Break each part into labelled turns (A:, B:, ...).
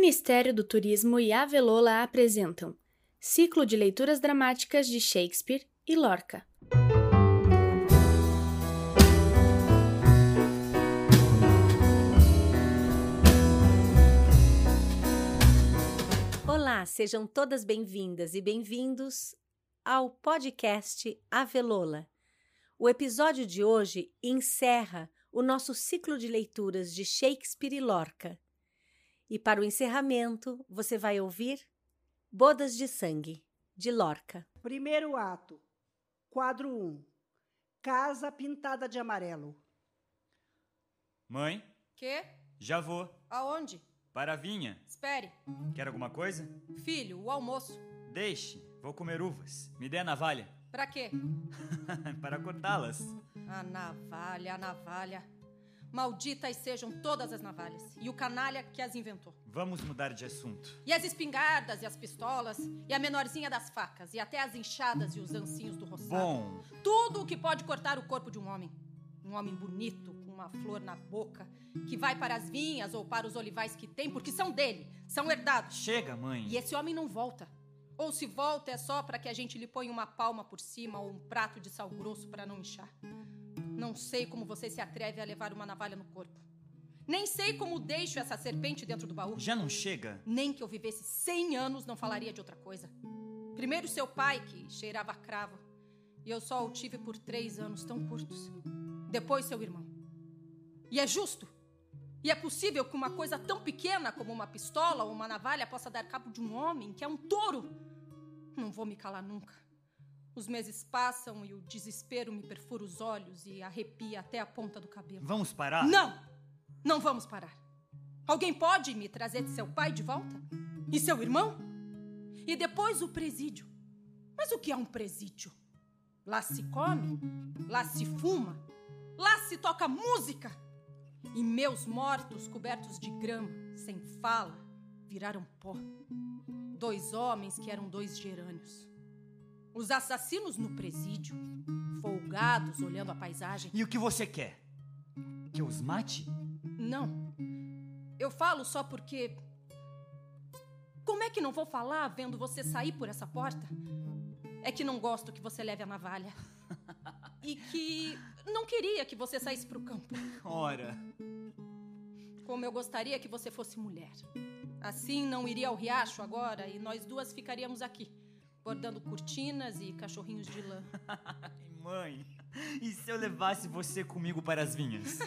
A: Ministério do Turismo e Avelola apresentam Ciclo de leituras dramáticas de Shakespeare e Lorca.
B: Olá, sejam todas bem-vindas e bem-vindos ao podcast Avelola. O episódio de hoje encerra o nosso ciclo de leituras de Shakespeare e Lorca. E para o encerramento, você vai ouvir Bodas de Sangue, de Lorca.
C: Primeiro ato. Quadro 1. Casa pintada de amarelo.
D: Mãe,
E: Quê?
D: já vou.
E: Aonde?
D: Para a vinha.
E: Espere.
D: Quer alguma coisa?
E: Filho, o almoço.
D: Deixe. Vou comer uvas. Me dê a navalha.
E: Pra quê?
D: Para cortá-las.
E: A navalha, a navalha. Malditas sejam todas as navalhas e o canalha que as inventou.
D: Vamos mudar de assunto.
E: E as espingardas e as pistolas e a menorzinha das facas e até as enxadas e os ancinhos do roçado.
D: Bom,
E: Tudo o que pode cortar o corpo de um homem. Um homem bonito, com uma flor na boca, que vai para as vinhas ou para os olivais que tem, porque são dele, são herdados.
D: chega, mãe.
E: E esse homem não volta. Ou se volta é só para que a gente lhe ponha uma palma por cima ou um prato de sal grosso para não inchar. Não sei como você se atreve a levar uma navalha no corpo. Nem sei como deixo essa serpente dentro do baú.
D: Já não
F: É.
D: chega?
E: Nem que eu vivesse 100 anos não falaria de outra coisa. Primeiro seu pai, que cheirava a cravo, e eu só o tive por três anos tão curtos. Depois seu irmão. E é justo? E é possível que uma coisa tão pequena como uma pistola ou uma navalha possa dar cabo de um homem que é um touro? Não vou me calar nunca. Os meses passam e o desespero me perfura os olhos e arrepia até a ponta do cabelo.
D: Vamos parar?
E: Não! Não vamos parar. Alguém pode me trazer seu pai de volta? E seu irmão? E depois o presídio. Mas o que é um presídio? Lá se come, lá se fuma, lá se toca música. E meus mortos, cobertos de grama, sem fala, viraram pó. Dois homens que eram dois gerânios. Os assassinos no presídio, folgados olhando a paisagem.
D: E o que você quer? Que eu os mate?
E: Não. Eu falo só porque. Como é que não vou falar vendo você sair por essa porta? É que não gosto que você leve a navalha. E que não queria que você saísse pro campo.
D: Ora,
E: Como eu gostaria que você fosse mulher. Assim não iria ao riacho agora e nós duas ficaríamos aqui, bordando cortinas e cachorrinhos de lã.
D: Ai, mãe. E se eu levasse você comigo para as vinhas?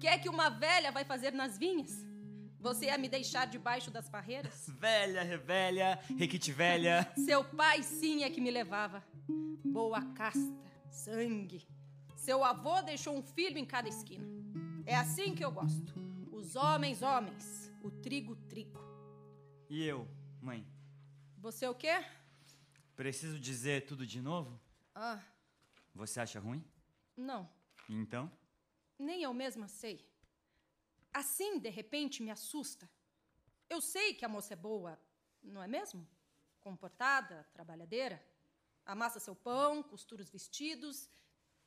E: Que é que uma velha vai fazer nas vinhas? Você ia me deixar debaixo das barreiras?
D: Velha, revelha, requitivelha.
E: Seu pai sim é que me levava. Boa casta, sangue. Seu avô deixou um filho em cada esquina. É assim que eu gosto. Os homens, homens. O trigo, trigo.
D: E eu, mãe,
E: Você é o quê?
D: preciso dizer tudo de novo?
E: Ah,
D: Você acha ruim?
E: não.
D: Então?
E: Nem eu mesma sei. Assim, de repente, me assusta. Eu sei que a moça é boa, não é mesmo? Comportada, trabalhadeira. Amassa seu pão, costura os vestidos.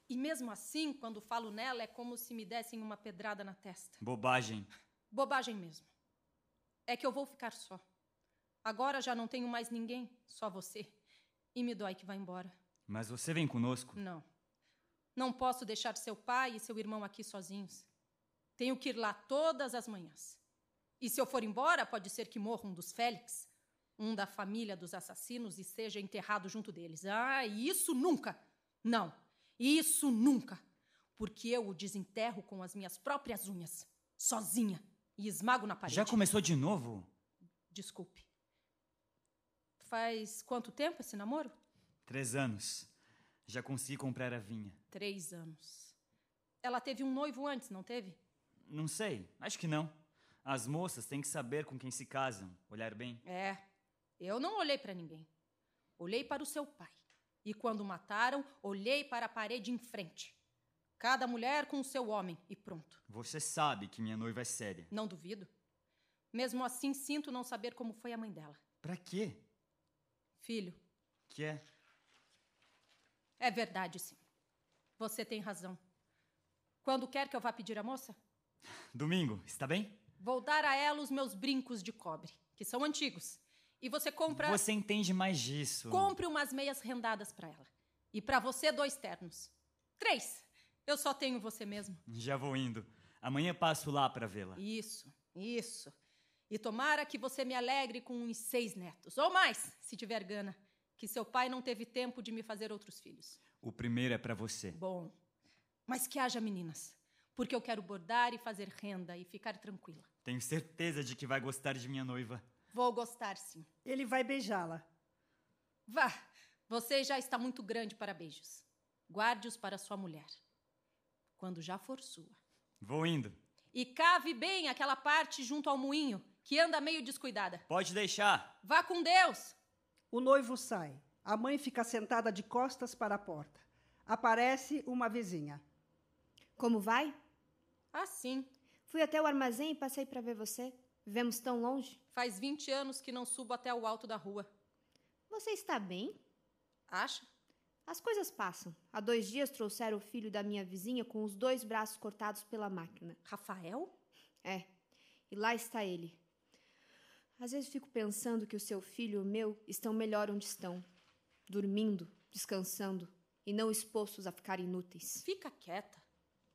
E: E mesmo assim, quando falo nela, é como se me dessem uma pedrada na testa.
D: Bobagem.
E: Bobagem mesmo. É que eu vou ficar só. Agora já não tenho mais ninguém, só você. E me dói que vá embora.
D: Mas você vem conosco.
E: Não. Não posso deixar seu pai e seu irmão aqui sozinhos. Tenho que ir lá todas as manhãs. E se eu for embora, pode ser que morra um dos Félix, um da família dos assassinos e seja enterrado junto deles. Ah, e isso nunca! Não, isso nunca! Porque eu o desenterro com as minhas próprias unhas, sozinha, e esmago na parede.
D: Já começou de novo?
E: Desculpe. Faz quanto tempo esse namoro?
D: Três anos. Já consegui comprar a vinha.
E: Três anos. Ela teve um noivo antes, não teve?
D: Não sei, acho que não. As moças têm que saber com quem se casam, olhar bem.
E: É. Eu não olhei para ninguém. Olhei para o seu pai. E quando o mataram, olhei para a parede em frente. Cada mulher com o seu homem e pronto.
D: Você sabe que minha noiva é séria.
E: Não duvido. Mesmo assim, sinto não saber como foi a mãe dela.
D: Pra quê?
E: Filho,
D: Que é?
E: é verdade, sim. Você tem razão. Quando quer que eu vá pedir a moça?
D: Domingo, está bem?
E: Vou dar a ela os meus brincos de cobre, que são antigos. E você compra.
D: Você entende mais disso.
E: Compre umas meias rendadas pra ela. E pra você, dois ternos. Três! Eu só tenho você mesmo.
D: Já vou indo. Amanhã passo lá pra vê-la.
F: Ah.
E: Isso, isso. E tomara que você me alegre com uns seis netos. Ou mais, se tiver gana. Que seu pai não teve tempo de me fazer outros filhos.
D: O primeiro é pra você.
E: Bom, mas que haja meninas. Porque eu quero bordar e fazer renda e ficar tranquila.
D: Tenho certeza de que vai gostar de minha noiva.
E: Vou gostar, sim.
C: Ele vai beijá-la.
E: Vá, você já está muito grande para beijos. Guarde-os para sua mulher. Quando já for sua.
D: Vou indo.
E: E cave bem aquela parte junto ao moinho, que anda meio descuidada.
D: Pode deixar.
E: Vá com Deus!
C: O noivo sai. A mãe fica sentada de costas para a porta. Aparece uma vizinha.
G: Como vai?
E: Assim,
G: Fui até o armazém e passei para ver você. Vivemos tão longe.
E: faz 20 anos que não subo até o alto da rua.
G: Você está bem?
E: Acha?
G: As coisas passam. Há dois dias trouxeram o filho da minha vizinha com os dois braços cortados pela máquina.
E: Rafael?
G: É, e lá está ele. Às vezes fico pensando que o seu filho e o meu estão melhor onde estão dormindo, descansando e não expostos a ficar inúteis.
E: Fica quieta.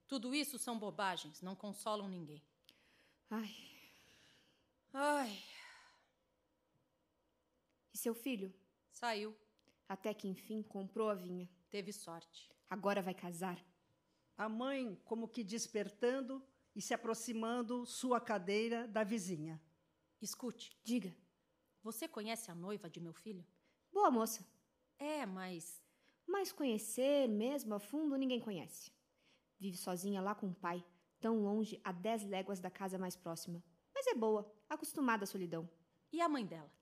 E: Tudo isso são bobagens, não consolam ninguém.
G: Ai,
E: Ai,
G: e seu filho?
E: saiu.
G: Até que enfim comprou a vinha.
E: Teve sorte.
G: Agora vai casar.
C: A mãe, como que despertando e se aproximando sua cadeira da vizinha.
E: Escute,
G: Diga.
E: você conhece a noiva de meu filho?
G: Boa moça.
E: É, mas
G: Mas conhecer mesmo a fundo ninguém conhece. Vive sozinha lá com o pai, tão longe, a dez léguas da casa mais próxima. Mas é boa, acostumada à solidão.
E: e a mãe dela?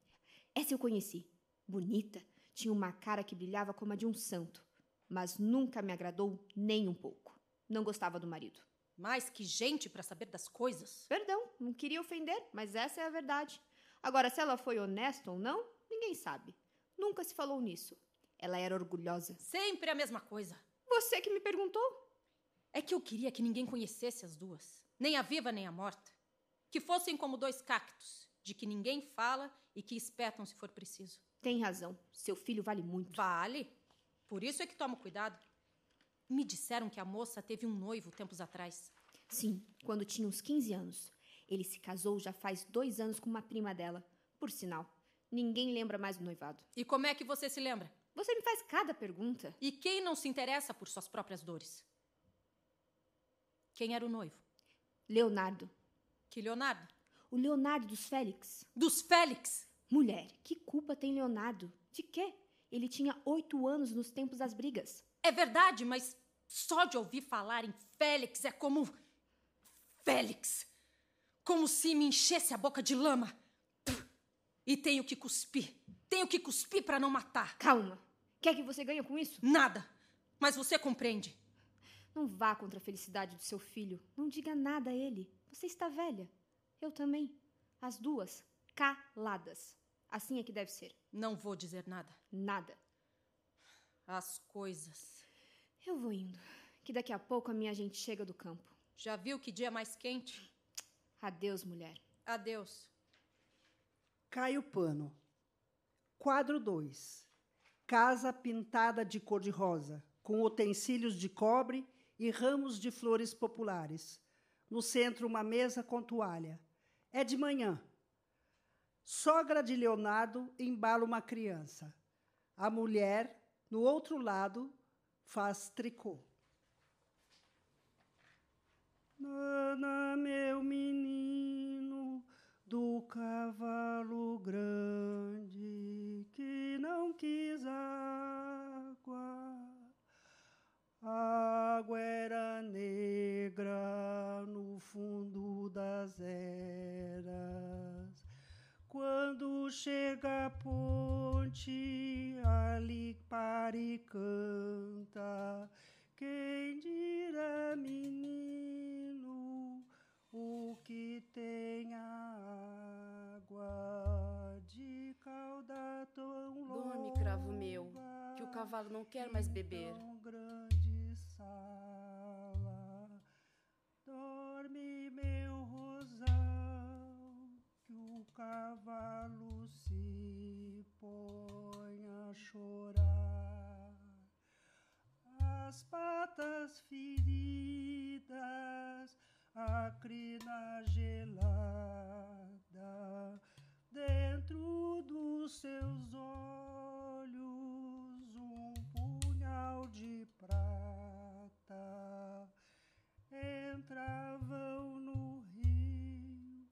G: Essa eu conheci. Bonita, tinha uma cara que brilhava como a de um santo, mas nunca me agradou nem um pouco. Não gostava do marido.
E: Mas que gente pra saber das coisas.
G: Perdão, não queria ofender, mas essa é a verdade. Agora, se ela foi honesta ou não, ninguém sabe. Nunca se falou nisso. Ela era orgulhosa.
E: Sempre a mesma coisa.
G: Você que me perguntou?
E: É que eu queria que ninguém conhecesse as duas, nem a viva nem a morta. Que fossem como dois cactos, de que ninguém fala e que espetam se for preciso.
G: Tem razão. Seu filho vale muito.
E: Vale. Por isso é que tomo cuidado. Me disseram que a moça teve um noivo tempos atrás.
G: Sim, quando tinha uns 15 anos. Ele se casou já faz dois anos com uma prima dela. Por sinal, ninguém lembra mais do noivado.
E: E como é que você se lembra?
G: Você me faz cada pergunta.
E: E quem não se interessa por suas próprias dores? Quem era o noivo?
G: Leonardo.
E: Que Leonardo?
G: O Leonardo dos Félix.
E: Dos Félix!
G: Mulher, que culpa tem Leonardo? De quê? Ele tinha oito anos nos tempos das brigas.
E: É verdade, mas só de ouvir falar em Félix é como. Félix! Como se me enchesse a boca de lama. E tenho que cuspir. Tenho que cuspir pra não matar.
G: Calma. Quer que você ganhe com isso?
E: Nada. Mas você compreende.
G: Não vá contra a felicidade do seu filho. Não diga nada a ele. Você está velha. Eu também. As duas caladas. Assim é que deve ser.
E: Não vou dizer nada.
G: Nada.
E: As coisas.
G: Eu vou indo, que daqui a pouco a minha gente chega do campo.
E: Já viu que dia mais quente?
G: Adeus, mulher.
E: Adeus.
C: Cai o pano. Quadro 2. Casa pintada de cor-de-rosa, com utensílios de cobre e ramos de flores populares. No centro, uma mesa com toalha. É de manhã. Sogra de Leonardo embala uma criança. A mulher, no outro lado, faz tricô. Nana, meu menino do cavalo grande que não quis água, a água era negra no fundo das eras. Quando chega a ponte, ali para e canta. Quem dirá, menino, o que tem a água de cauda tão longa?
H: Dorme, cravo meu, que o cavalo não quer mais beber.
C: Tão grande sala, dorme meu rosário.
I: cavalo se põe a chorar, as patas feridas, a crina gelada, dentro dos seus olhos um punhal de prata. Entravam no rio,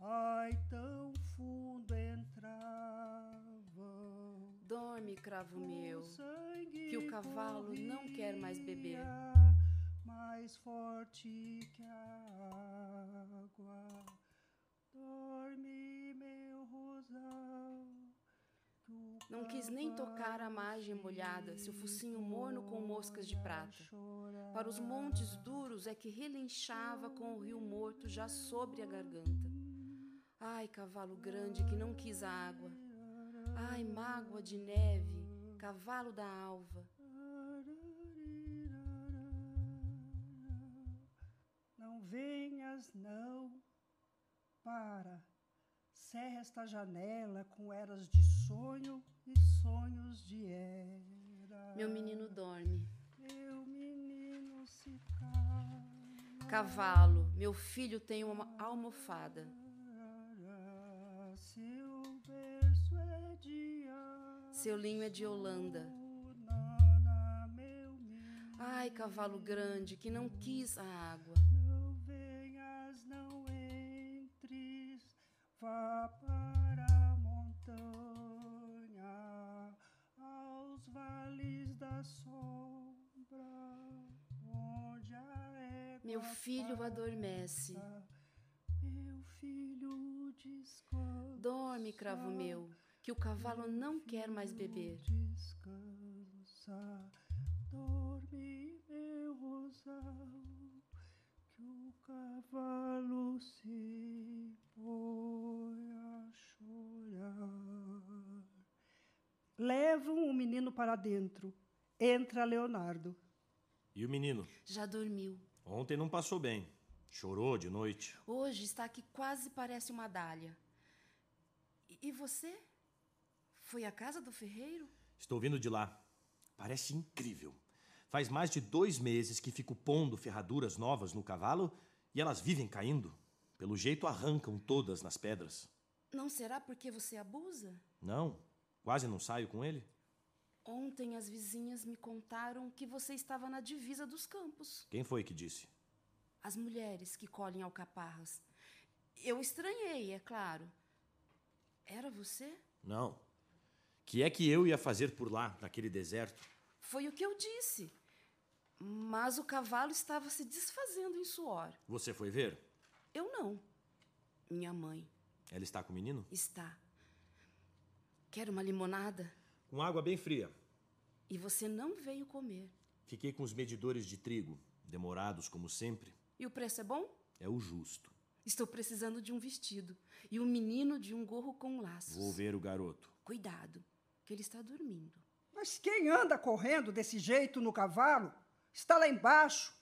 I: ai tão fundo entravam.
H: Dorme, cravo meu.
I: O sangue
H: que o cavalo não quer mais beber.
I: corria Mais forte que a água. Dorme, meu rosal. que o
H: Não quis nem tocar a margem molhada, seu focinho morno com moscas de prata. Para os montes duros é que relinchava com o rio morto já sobre a garganta. Ai, cavalo grande que não quis a água. Ai, mágoa de neve, cavalo da alva.
I: Não venhas, não. Para. Cerra esta janela com eras de sonho e sonhos de era.
H: Meu menino dorme.
I: Meu menino se cala.
H: Cavalo, meu filho tem uma almofada.
I: Seu berço é de
H: Seu linho é de Holanda.
I: Nana, meu menino,
H: Ai, cavalo grande que não quis a água.
I: não venhas, não entres, vá para a montanha, aos vales da sombra, onde a égua
H: Meu filho adormece.
I: passa, meu filho descansa.
H: Dorme, cravo meu, que o cavalo não quer mais beber.
I: Descansa, dorme meu rosal, que o cavalo se põe a chorar. Levam o menino para dentro. Entra Leonardo.
J: E o menino?
H: Já dormiu.
J: Ontem não passou bem. Chorou de noite.
H: Hoje está aqui quase parece uma dália. E, e você? Foi à casa do ferreiro?
J: Estou vindo de lá. Parece incrível. Faz mais de dois meses que fico pondo ferraduras novas no cavalo e elas vivem caindo. Pelo jeito, arrancam todas nas pedras.
H: Não será porque você abusa?
J: Não, quase não saio com ele.
H: Ontem as vizinhas me contaram que você estava na divisa dos campos.
J: Quem foi que disse?
H: As mulheres que colhem alcaparras. Eu estranhei, é claro. Era você?
J: Não. Que é que eu ia fazer por lá, naquele deserto?
H: Foi o que eu disse. Mas o cavalo estava se desfazendo em suor.
J: Você foi ver?
H: Eu não. Minha mãe
J: Ela está com o menino?
H: está. Quer uma limonada?
J: Com água bem fria.
H: E você não veio comer.
J: Fiquei com os medidores de trigo, demorados como sempre.
H: E o preço é bom?
J: É o justo.
H: Estou precisando de um vestido e o menino de um gorro com laços.
J: Vou ver o garoto.
H: Cuidado, que ele está dormindo.
I: Mas quem anda correndo desse jeito no cavalo está lá embaixo,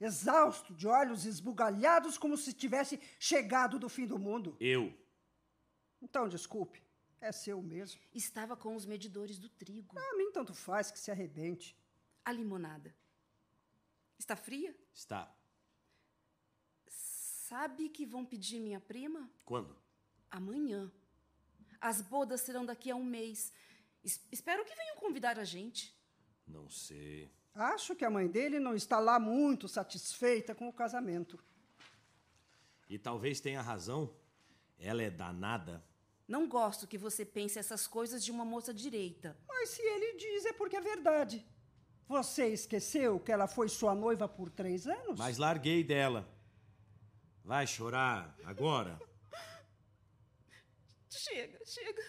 I: exausto, de olhos esbugalhados, como se tivesse chegado do fim do mundo.
J: Eu.
I: Então, desculpe, é seu mesmo.
H: Estava com os medidores do trigo.
I: A mim tanto faz que se arrebente.
H: A limonada. Está fria?
J: Está.
H: Sabe que vão pedir minha prima?
J: Quando?
H: Amanhã. As bodas serão daqui a um mês. Es- espero que venham convidar a gente.
J: Não sei.
I: Acho que a mãe dele não está lá muito satisfeita com o casamento.
J: E talvez tenha razão. Ela é danada.
H: Não gosto que você pense essas coisas de uma moça direita.
I: Mas se ele diz é porque é verdade. Você esqueceu que ela foi sua noiva por três anos?
J: Mas larguei dela. Vai chorar agora?
H: Chega, chega.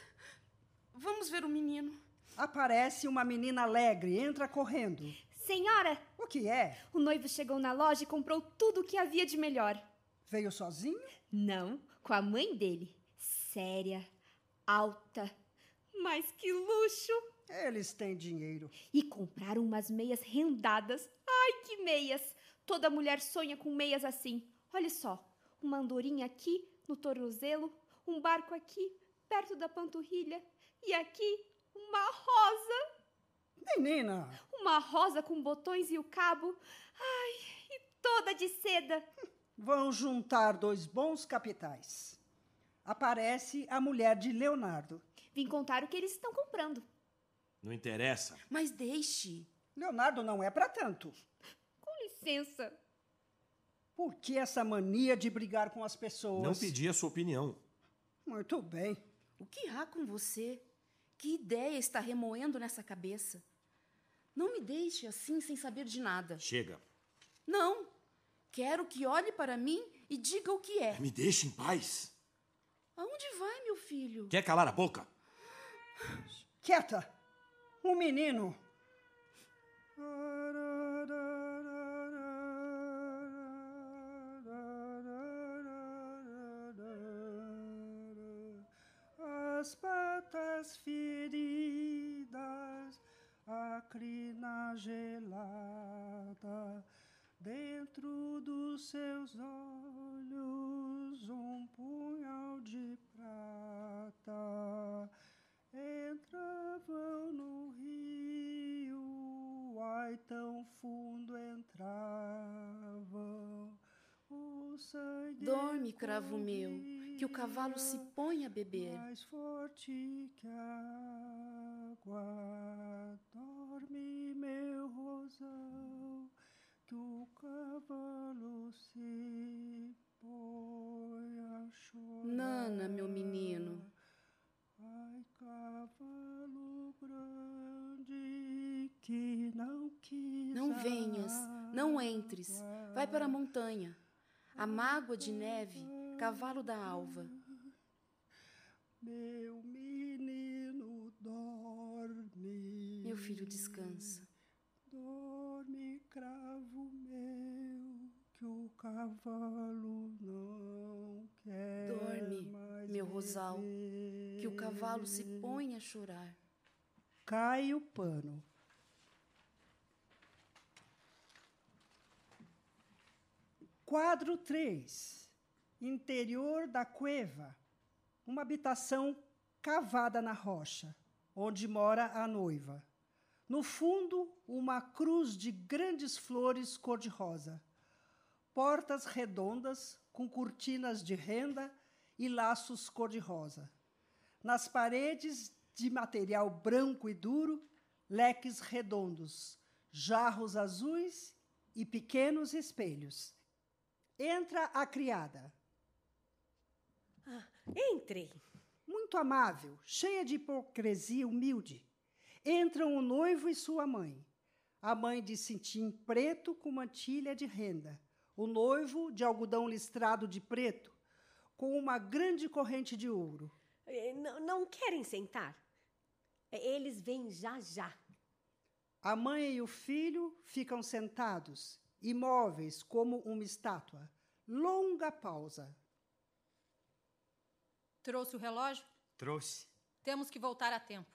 H: Vamos ver o menino.
I: Aparece uma menina alegre, entra correndo.
G: Senhora,
I: O que é?
G: o noivo chegou na loja e comprou tudo o que havia de melhor.
I: Veio sozinho?
G: Não, com a mãe dele. Séria, alta, mas que luxo!
I: Eles têm dinheiro.
G: E compraram umas meias rendadas. Ai, que meias! Toda mulher sonha com meias assim. Olha só, uma andorinha aqui no tornozelo,
K: um barco aqui, perto da panturrilha, e aqui uma rosa,
C: Menina,
K: uma rosa com botões e o cabo. Ai, e toda de seda.
C: vão juntar dois bons capitais. Aparece a mulher de Leonardo.
K: Vim contar o que eles estão comprando.
J: Não interessa.
H: Mas deixe.
C: Leonardo não é para tanto.
K: Com licença.
C: Por que essa mania de brigar com as pessoas?
J: Não pedi a sua opinião.
C: Muito bem.
H: O que há com você? Que ideia está remoendo nessa cabeça? Não me deixe assim sem saber de nada.
J: Chega.
H: Não. Quero que olhe para mim e diga o que é.
J: Me deixe em paz.
H: Aonde vai, meu filho?
J: Quer calar a boca?
C: Quieta! Um menino! As patas feridas, a crina gelada, dentro dos seus olhos um punhal de prata entravam no rio, ai tão fundo entravam. O sangue
H: Dorme, cravo meu, que o cavalo se
C: corria
H: põe a beber.
C: mais forte que a água. Dorme, meu rosal, que o cavalo se põe a chorar.
H: Nana, meu menino.
C: Ai, cavalo grande, que não quis.
H: Não venhas, não entres. Vai para a montanha. A mágoa de neve, cavalo da alva.
C: Meu menino, dorme.
H: Meu filho descansa.
C: Dorme, cravo meu, que o cavalo não quer.
I: É
H: Dorme,
C: mais
H: meu rosal, Que o cavalo se
C: beber.
H: põe a chorar.
C: Cai o pano. Quadro 3. Interior da cueva. Uma habitação cavada na rocha, onde mora a noiva. No fundo, uma cruz de grandes flores cor-de-rosa. Portas redondas com cortinas de renda e laços cor-de-rosa. Nas paredes, de material branco e duro, leques redondos, jarros azuis e pequenos espelhos. Entra a criada,
B: Entrem.
C: muito amável, cheia de hipocrisia humilde. Entram o noivo e sua mãe. A mãe de cintim preto com mantilha de renda. O noivo de algodão listrado de preto, com uma grande corrente de ouro.
B: Eh, Não, não querem sentar? Eh, Eles vêm já já.
C: A mãe e o filho ficam sentados, imóveis como uma estátua. Longa pausa.
E: Trouxe o relógio?
D: Trouxe.
E: Temos que voltar a tempo.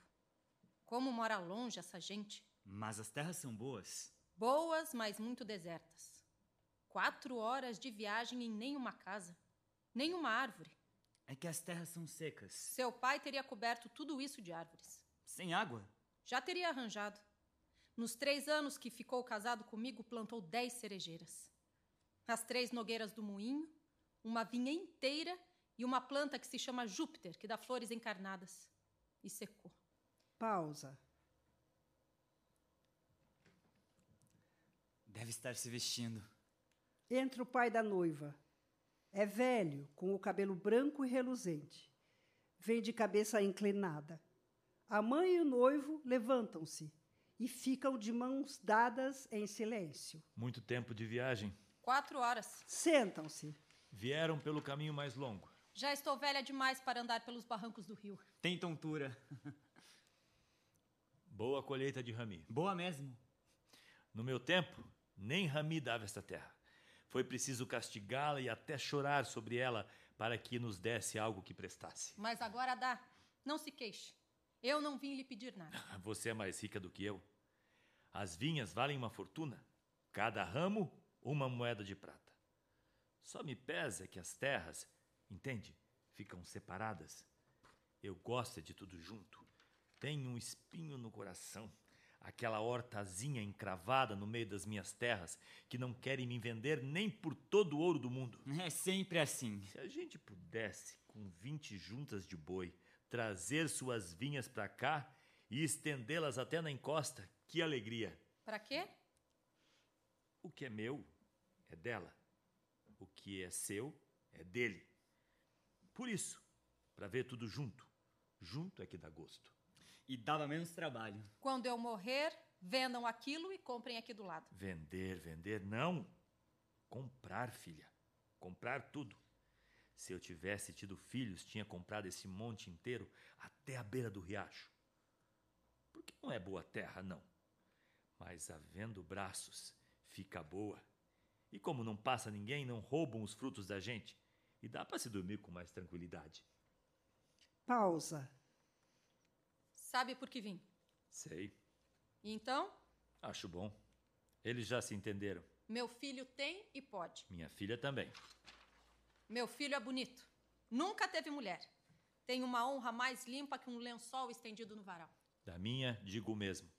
E: Como mora longe essa gente?
D: Mas as terras são boas.
E: Boas, mas muito desertas. Quatro horas de viagem em nenhuma casa, nenhuma árvore.
D: É que as terras são secas.
E: Seu pai teria coberto tudo isso de árvores.
D: Sem água.
E: Já teria arranjado. Nos três anos que ficou casado comigo, plantou dez cerejeiras. As três nogueiras do moinho, uma vinha inteira e uma planta que se chama Júpiter, que dá flores encarnadas. E secou.
C: Pausa.
D: Deve estar se vestindo.
C: Entra o pai da noiva. É velho, com o cabelo branco e reluzente. Vem de cabeça inclinada. A mãe e o noivo levantam-se e ficam de mãos dadas em silêncio.
L: Muito tempo de viagem.
E: Quatro horas.
C: Sentam-se.
L: Vieram pelo caminho mais longo.
E: Já estou velha demais para andar pelos barrancos do rio.
D: Tem tontura.
L: Boa colheita de rami.
D: Boa mesmo.
L: No meu tempo, nem rami dava esta terra. Foi preciso castigá-la e até chorar sobre ela para que nos desse algo que prestasse.
E: Mas agora dá. Não se queixe. Eu não vim lhe pedir nada.
L: Você é mais rica do que eu. As vinhas valem uma fortuna. Cada ramo, uma moeda de prata. Só me pesa que as terras, entende? ficam separadas. Eu gosto é de tudo junto. Tenho um espinho no coração. Aquela hortazinha encravada no meio das minhas terras que não querem me vender nem por todo o ouro do mundo.
D: É sempre assim.
L: Se a gente pudesse, com 20 juntas de boi, trazer suas vinhas para cá e estendê-las até na encosta, que alegria!
E: Para quê?
L: O que é meu é dela. O que é seu é dele. Por isso, para ver tudo junto. Junto é que dá gosto.
D: E dava menos trabalho.
E: Quando eu morrer, vendam aquilo e comprem aqui do lado.
L: Vender, vender, não. Comprar, filha. Comprar tudo. Se eu tivesse tido filhos, tinha comprado esse monte inteiro até a beira do riacho. Porque não é boa terra, não. Mas havendo braços, fica boa. E como não passa ninguém, não roubam os frutos da gente. E dá para se dormir com mais tranquilidade.
C: Pausa.
E: Sabe por que vim?
L: Sei,
E: E então,
L: acho bom. Eles já se entenderam.
E: meu filho tem e pode.
L: Minha filha também.
E: Meu filho é bonito. Nunca teve mulher. Tem uma honra mais limpa que um lençol estendido no varal.
L: Da minha, digo o mesmo.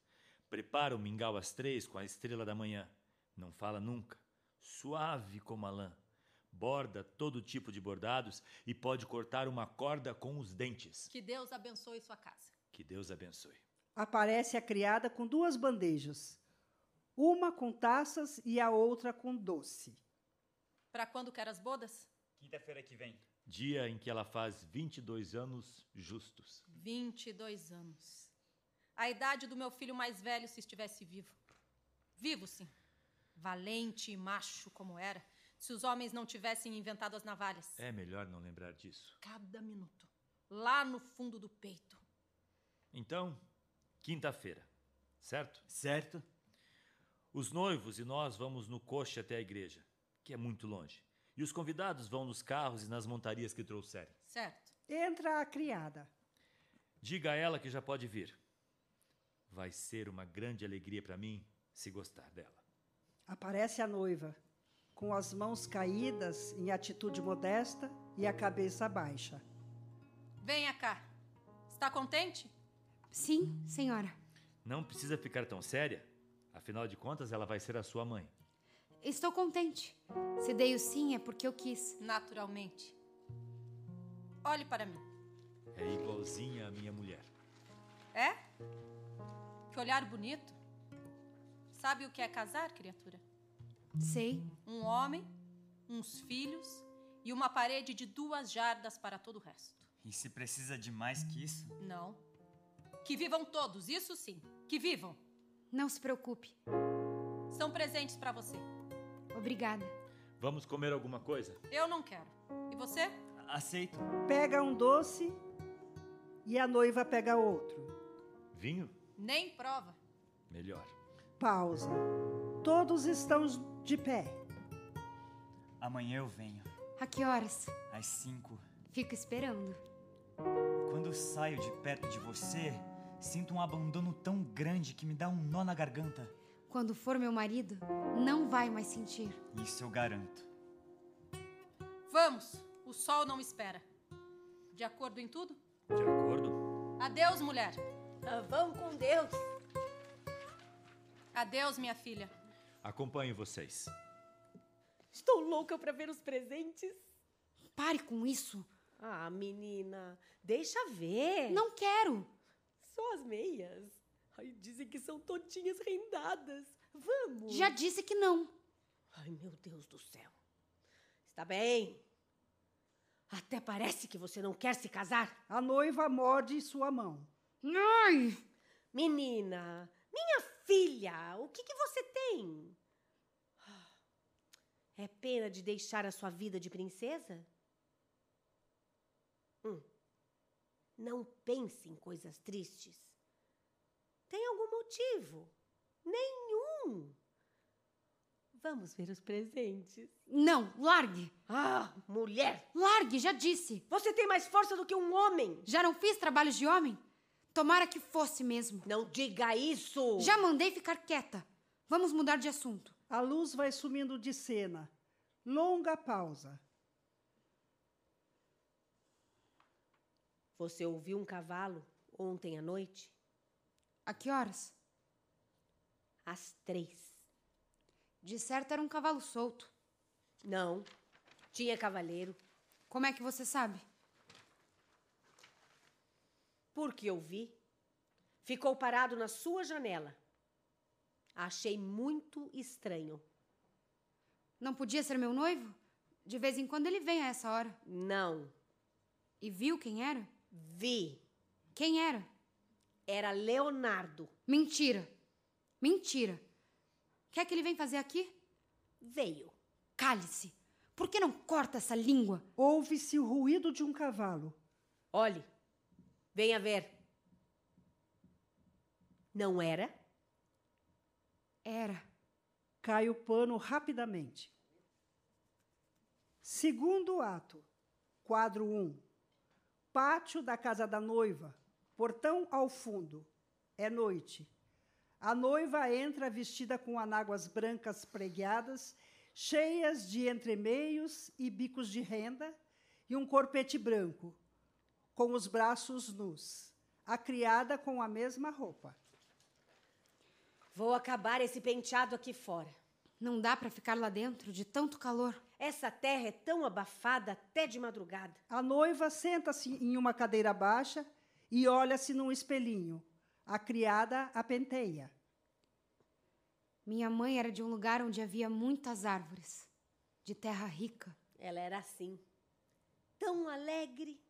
L: Prepara o mingau às três com a estrela da manhã. Não fala nunca. Suave como a lã. Borda todo tipo de bordados e pode cortar uma corda com os dentes.
E: Que Deus abençoe sua casa.
L: Que Deus abençoe.
C: Aparece a criada com duas bandejas, uma com taças e a outra com doce.
E: Para quando quer as bodas?
D: Quinta-feira que vem.
L: Dia em que ela faz 22 anos justos.
E: 22 anos. A idade do meu filho mais velho se estivesse vivo. Vivo, sim. Valente e macho como era, se os homens não tivessem inventado as navalhas.
L: É melhor não lembrar disso.
E: Cada minuto. Lá no fundo do peito.
L: Então, quinta-feira, certo?
D: Certo?
L: Os noivos e nós vamos no coche até a igreja, que é muito longe. E os convidados vão nos carros e nas montarias que trouxerem.
E: Certo.
C: Entra a criada.
L: Diga a ela que já pode vir. Vai ser uma grande alegria para mim se gostar dela.
C: Aparece a noiva, com as mãos caídas, em atitude modesta e a cabeça baixa.
E: Venha cá. Está contente?
K: Sim, senhora.
L: Não precisa ficar tão séria, afinal de contas ela vai ser a sua mãe.
K: Estou contente. Se dei o sim é porque eu quis.
E: Naturalmente. Olhe para mim.
L: É igualzinha à minha mulher.
E: É? Que olhar bonito. Sabe o que é casar, criatura?
K: Sei.
E: Um homem, uns filhos e uma parede de duas jardas para todo o resto.
D: E se precisa de mais que isso?
E: Não. Que vivam todos, isso sim. Que vivam.
K: Não se preocupe.
E: São presentes para você.
K: Obrigada.
L: Vamos comer alguma coisa?
E: Eu não quero. E você?
D: Aceito.
C: Pega um doce e a noiva pega outro.
L: Vinho?
E: Nem prova.
L: Melhor.
C: Pausa. Todos estão de pé.
D: Amanhã eu venho.
K: A que horas?
D: Às cinco.
K: Fico esperando.
D: Quando eu saio de perto de você, sinto um abandono tão grande que me dá um nó na garganta.
K: Quando for meu marido, não vai mais sentir.
D: Isso eu garanto.
E: Vamos. O sol não espera. De acordo em tudo?
L: De acordo?
E: Adeus, mulher.
B: vão com Deus.
E: Adeus, minha filha.
L: Acompanho vocês.
B: Estou louca para ver os presentes.
K: Pare com isso.
B: Ah, menina, deixa ver.
K: Não quero.
B: Só as meias. Ai, dizem que são todinhas rendadas. Vamos.
K: Já disse que não.
B: Ai, meu Deus do céu. Está bem. Até parece que você não quer se casar.
C: A noiva morde sua mão.
K: Ai!
B: Menina, minha filha, o que, que você tem? É pena de deixar a sua vida de princesa? Hum. Não pense em coisas tristes. Tem algum motivo? Nenhum. Vamos ver os presentes.
K: Não, largue.
B: Ah, mulher!
K: Largue, já disse.
B: Você tem mais força do que um homem!
K: Já não fiz trabalho de homem? Tomara que fosse mesmo.
B: Não diga isso!
K: Já mandei ficar quieta. Vamos mudar de assunto.
C: A luz vai sumindo de cena. Longa pausa.
B: Você ouviu um cavalo ontem à noite?
M: A que horas?
B: Às três.
M: De certo era um cavalo solto.
B: Não. Tinha cavaleiro.
M: Como é que você sabe?
B: Porque eu vi. Ficou parado na sua janela. Achei muito estranho.
M: Não podia ser meu noivo? De vez em quando ele vem a essa hora.
B: Não.
M: E viu quem era?
B: Vi.
M: Quem era?
B: Era Leonardo.
M: Mentira. Mentira. O que é que ele vem fazer aqui?
B: Veio.
M: Cale-se. Por que não corta essa língua?
C: Ouve-se o ruído de um cavalo.
B: Olhe. Venha ver. Não era?
M: Era.
C: Cai o pano rapidamente. Segundo ato. Quadro 1. Pátio da casa da noiva. Portão ao fundo. É noite. A noiva entra vestida com anáguas brancas preguiadas, cheias de entremeios e bicos de renda, e um corpete branco, com os braços nus. A criada com a mesma roupa.
B: Vou acabar esse penteado aqui fora.
M: Não dá para ficar lá dentro de tanto calor.
B: Essa terra é tão abafada até de madrugada.
C: A noiva senta-se em uma cadeira baixa e olha-se num espelhinho. A criada a penteia.
M: Minha mãe era de um lugar onde havia muitas árvores, de terra rica.
B: Ela era assim, tão alegre.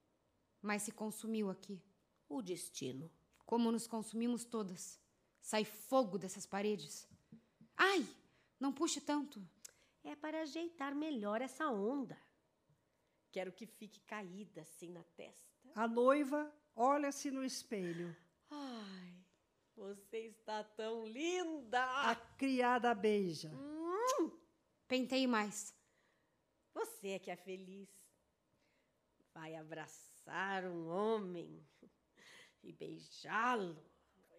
M: Mas se consumiu aqui.
B: O destino.
M: Como nos consumimos todas. Sai fogo dessas paredes. Ai, não puxe tanto.
B: É para ajeitar melhor essa onda. Quero que fique caída assim na testa.
C: A noiva olha-se no espelho.
B: Ai, você está tão linda!
C: A criada beija.
M: Hum, pentei mais.
B: Você é que é feliz. Vai abraçar um homem e beijá-lo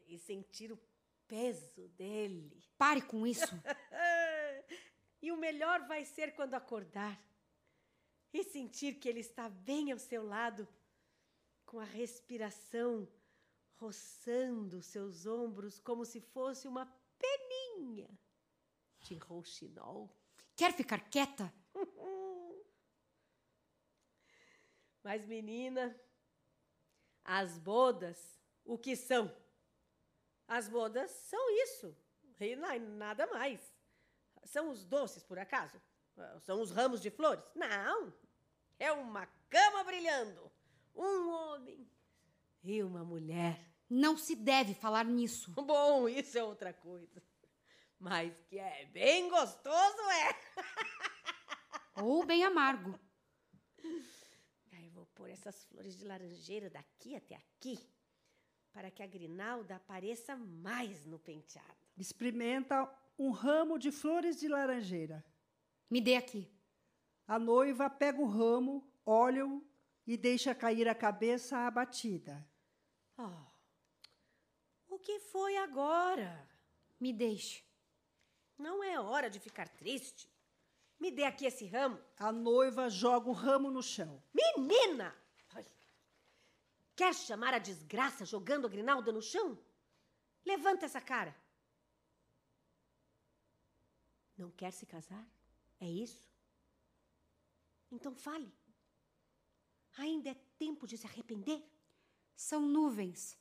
B: e sentir o peso dele.
M: Pare com isso.
B: e o melhor vai ser quando acordar e sentir que ele está bem ao seu lado, com a respiração roçando seus ombros como se fosse uma peninha de rouxinol.
M: Quer ficar quieta?
B: Mas, menina, as bodas, o que são? As bodas são isso, e nada mais. São os doces, por acaso? São os ramos de flores? Não! É uma cama brilhando, um homem e uma mulher.
M: Não se deve falar nisso.
B: Bom, isso é outra coisa. Mas que é bem gostoso,
M: é. Ou bem amargo.
B: Aí eu vou pôr essas flores de laranjeira daqui até aqui, para que a grinalda apareça mais no penteado.
C: Experimenta um ramo de flores de laranjeira.
M: Me dê aqui.
C: A noiva pega o ramo, olha-o e deixa cair a cabeça abatida.
B: Oh. O que foi agora?
M: Me deixe.
B: Não é hora de ficar triste. Me dê aqui esse ramo.
C: A noiva joga o ramo no chão.
B: Menina! Ai. Quer chamar a desgraça jogando a grinalda no chão? Levanta essa cara. Não quer se casar? É isso? Então fale. Ainda é tempo de se arrepender?
M: São nuvens.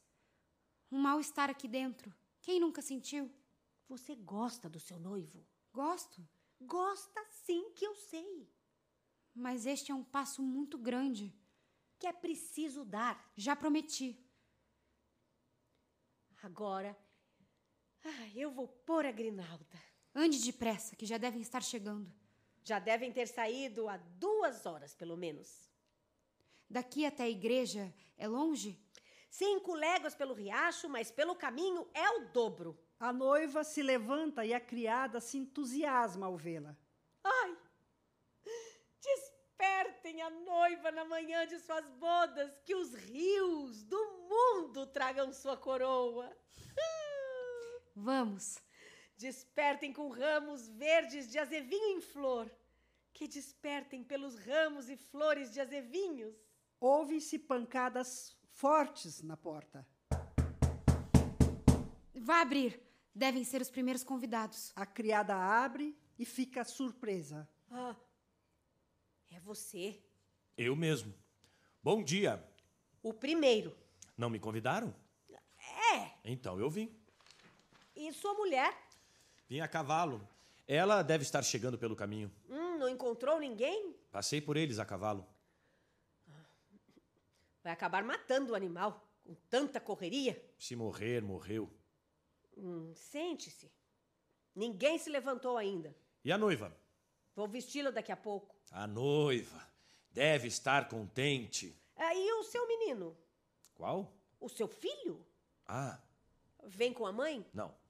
M: Um mal-estar aqui dentro. Quem nunca sentiu?
B: Você gosta do seu noivo?
M: Gosto.
B: Gosta sim, que eu sei.
M: Mas este é um passo muito grande.
B: Que é preciso dar.
M: Já prometi.
B: Agora, ah, eu vou pôr a grinalda.
M: Ande depressa, que já devem estar chegando.
B: Já devem ter saído há duas horas, pelo menos.
M: Daqui até a igreja é longe?
B: Cinco léguas pelo riacho, mas pelo caminho é o dobro.
C: A noiva se levanta e a criada se entusiasma ao vê-la.
B: Ai! Despertem a noiva na manhã de suas bodas, que os rios do mundo tragam sua coroa.
M: Vamos!
B: Despertem com ramos verdes de azevinho em flor, que despertem pelos ramos e flores de azevinhos
C: ouve-se pancadas fortes na porta.
M: Vá abrir. Devem ser os primeiros convidados.
C: A criada abre e fica surpresa.
B: Ah, é você.
J: Eu mesmo. Bom dia.
B: O primeiro.
J: Não me convidaram?
B: É.
J: Então eu vim.
B: E sua mulher?
J: Vim a cavalo. Ela deve estar chegando pelo caminho.
B: Hum, não encontrou ninguém?
J: Passei por eles a cavalo.
B: Vai acabar matando o animal com tanta correria.
J: Se morrer, morreu.
B: Hum, Sente-se. Ninguém se levantou ainda.
J: E a noiva?
B: Vou vesti-la daqui a pouco.
J: A noiva deve estar contente.
B: Ah, e o seu menino?
J: Qual?
B: O seu filho?
J: Ah,
B: Vem com a mãe?
J: não.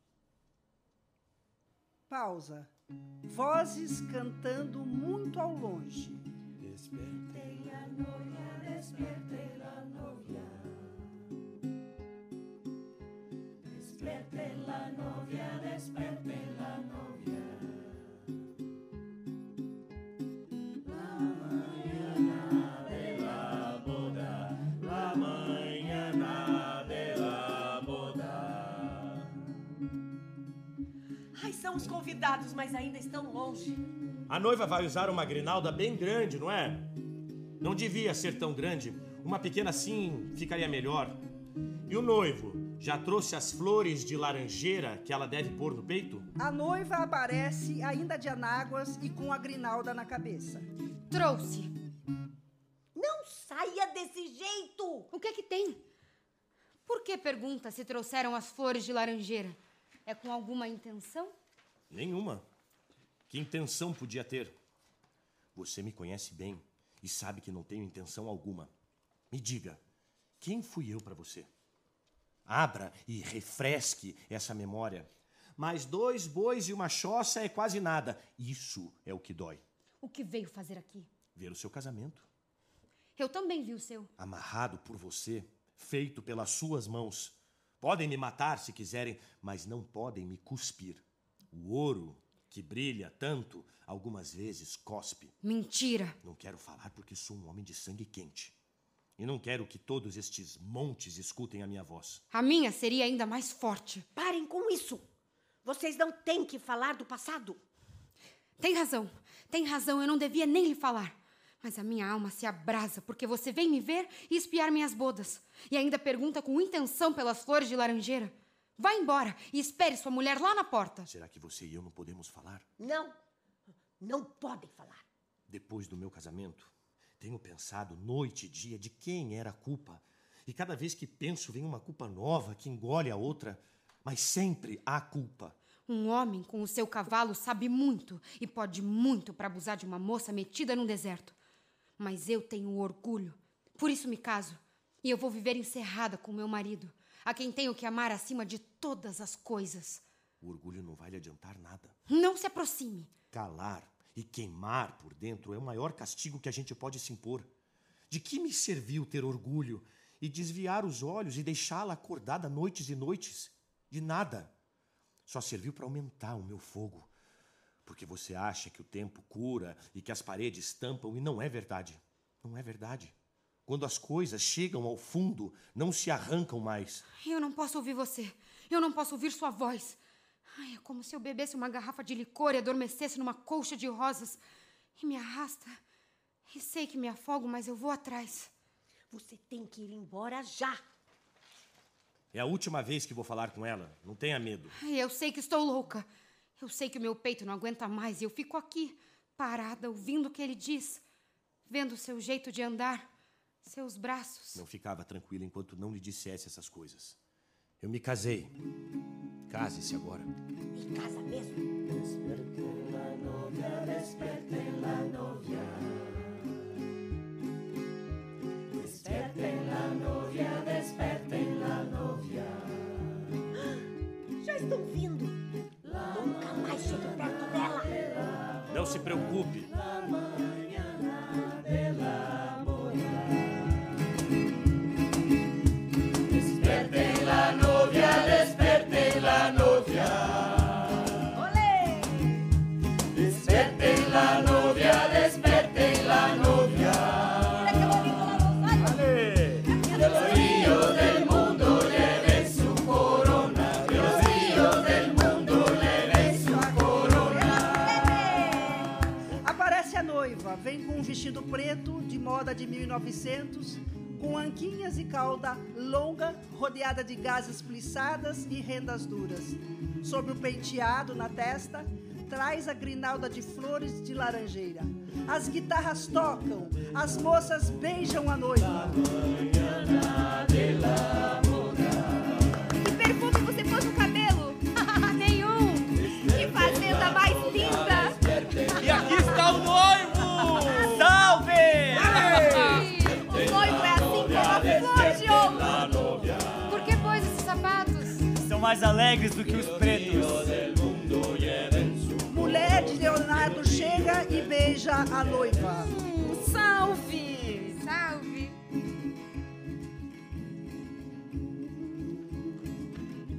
C: Pausa. Vozes cantando muito ao longe.
J: Despertei
I: a novia, despertei la novia. Despertei la novia, despertei la novia. La mañana de la boda, la mañana de la boda.
B: Ai, são os convidados, mas ainda estão longe.
J: A noiva vai usar uma grinalda bem grande, não é? Não devia ser tão grande. Uma pequena assim ficaria melhor. E o noivo já trouxe as flores de laranjeira que ela deve pôr no peito?
C: A noiva aparece ainda de anáguas e com a grinalda na cabeça.
M: Trouxe.
B: Não saia desse jeito!
M: O que é que tem? Por que pergunta se trouxeram as flores de laranjeira? É com alguma intenção?
J: Nenhuma. Que intenção podia ter? Você me conhece bem e sabe que não tenho intenção alguma. Me diga, quem fui eu para você? Abra e refresque essa memória. Mais dois bois e uma choça é quase nada. Isso é o que dói.
M: O que veio fazer aqui?
J: Ver o seu casamento,
M: Eu também vi o seu.
J: amarrado por você, feito pelas suas mãos. Podem me matar se quiserem, mas não podem me cuspir. O ouro que brilha tanto, algumas vezes cospe.
M: Mentira.
J: Não quero falar porque sou um homem de sangue quente. E não quero que todos estes montes escutem a minha voz.
M: A minha seria ainda mais forte.
B: Parem com isso! Vocês não têm que falar do passado.
M: Tem razão. Tem razão. Eu não devia nem lhe falar. Mas a minha alma se abrasa porque você vem me ver e espiar minhas bodas. E ainda pergunta com intenção pelas flores de laranjeira. Vá embora e espere sua mulher lá na porta.
J: Será que você e eu não podemos falar?
B: Não! Não podem falar.
J: Depois do meu casamento, tenho pensado noite e dia de quem era a culpa. E cada vez que penso, vem uma culpa nova que engole a outra. Mas sempre há culpa.
M: Um homem com o seu cavalo sabe muito e pode muito para abusar de uma moça metida num deserto. Mas eu tenho um orgulho, por isso me caso. E eu vou viver encerrada com meu marido, a quem tenho que amar acima de todas as coisas.
J: O orgulho não vai lhe adiantar nada.
M: Não se aproxime.
J: Calar e queimar por dentro é o maior castigo que a gente pode se impor. De que me serviu ter orgulho e desviar os olhos e deixá-la acordada noites e noites? De nada. Só serviu para aumentar o meu fogo. Porque você acha que o tempo cura e que as paredes tampam, e não é verdade. Não é verdade. Quando as coisas chegam ao fundo, não se arrancam mais.
M: Eu não posso ouvir você. Eu não posso ouvir sua voz. Ai, é como se eu bebesse uma garrafa de licor e adormecesse numa colcha de rosas. E me arrasta. E sei que me afogo, mas eu vou atrás.
B: Você tem que ir embora já.
J: É a última vez que vou falar com ela. Não tenha medo.
M: Ai, eu sei que estou louca. Eu sei que o meu peito não aguenta mais e eu fico aqui, parada, ouvindo o que ele diz, vendo o seu jeito de andar, seus braços.
J: Não ficava tranquila enquanto não lhe dissesse essas coisas. Eu me casei. Case-se agora.
B: E casa mesmo.
I: Despertei la novia, despertei la novia. Despertei la novia, despertei la novia.
B: Já estão vindo. Nunca mais chegue perto dela.
J: Não se preocupe.
I: Despertei la novia, despertei la novia. Despertei la novia, despertei la novia. Olé!
C: um vestido preto, de moda de 1900, com anquinhas e cauda longa, rodeada de gases plissadas e rendas duras. Sobre o penteado na testa, traz a grinalda de flores de laranjeira. As guitarras tocam, as moças beijam a noiva.
K: Que perfume você pôs no cabelo? Nenhum! Que fazenda mais linda!
I: E aqui está o noivo!
D: Salve!
K: O noivo é assim como a flor de ouro!
M: Por que pôs esses sapatos?
D: São mais alegres do que os pretos.
C: Mulher de Leonardo chega e beija a noiva.
H: Salve!
K: Salve!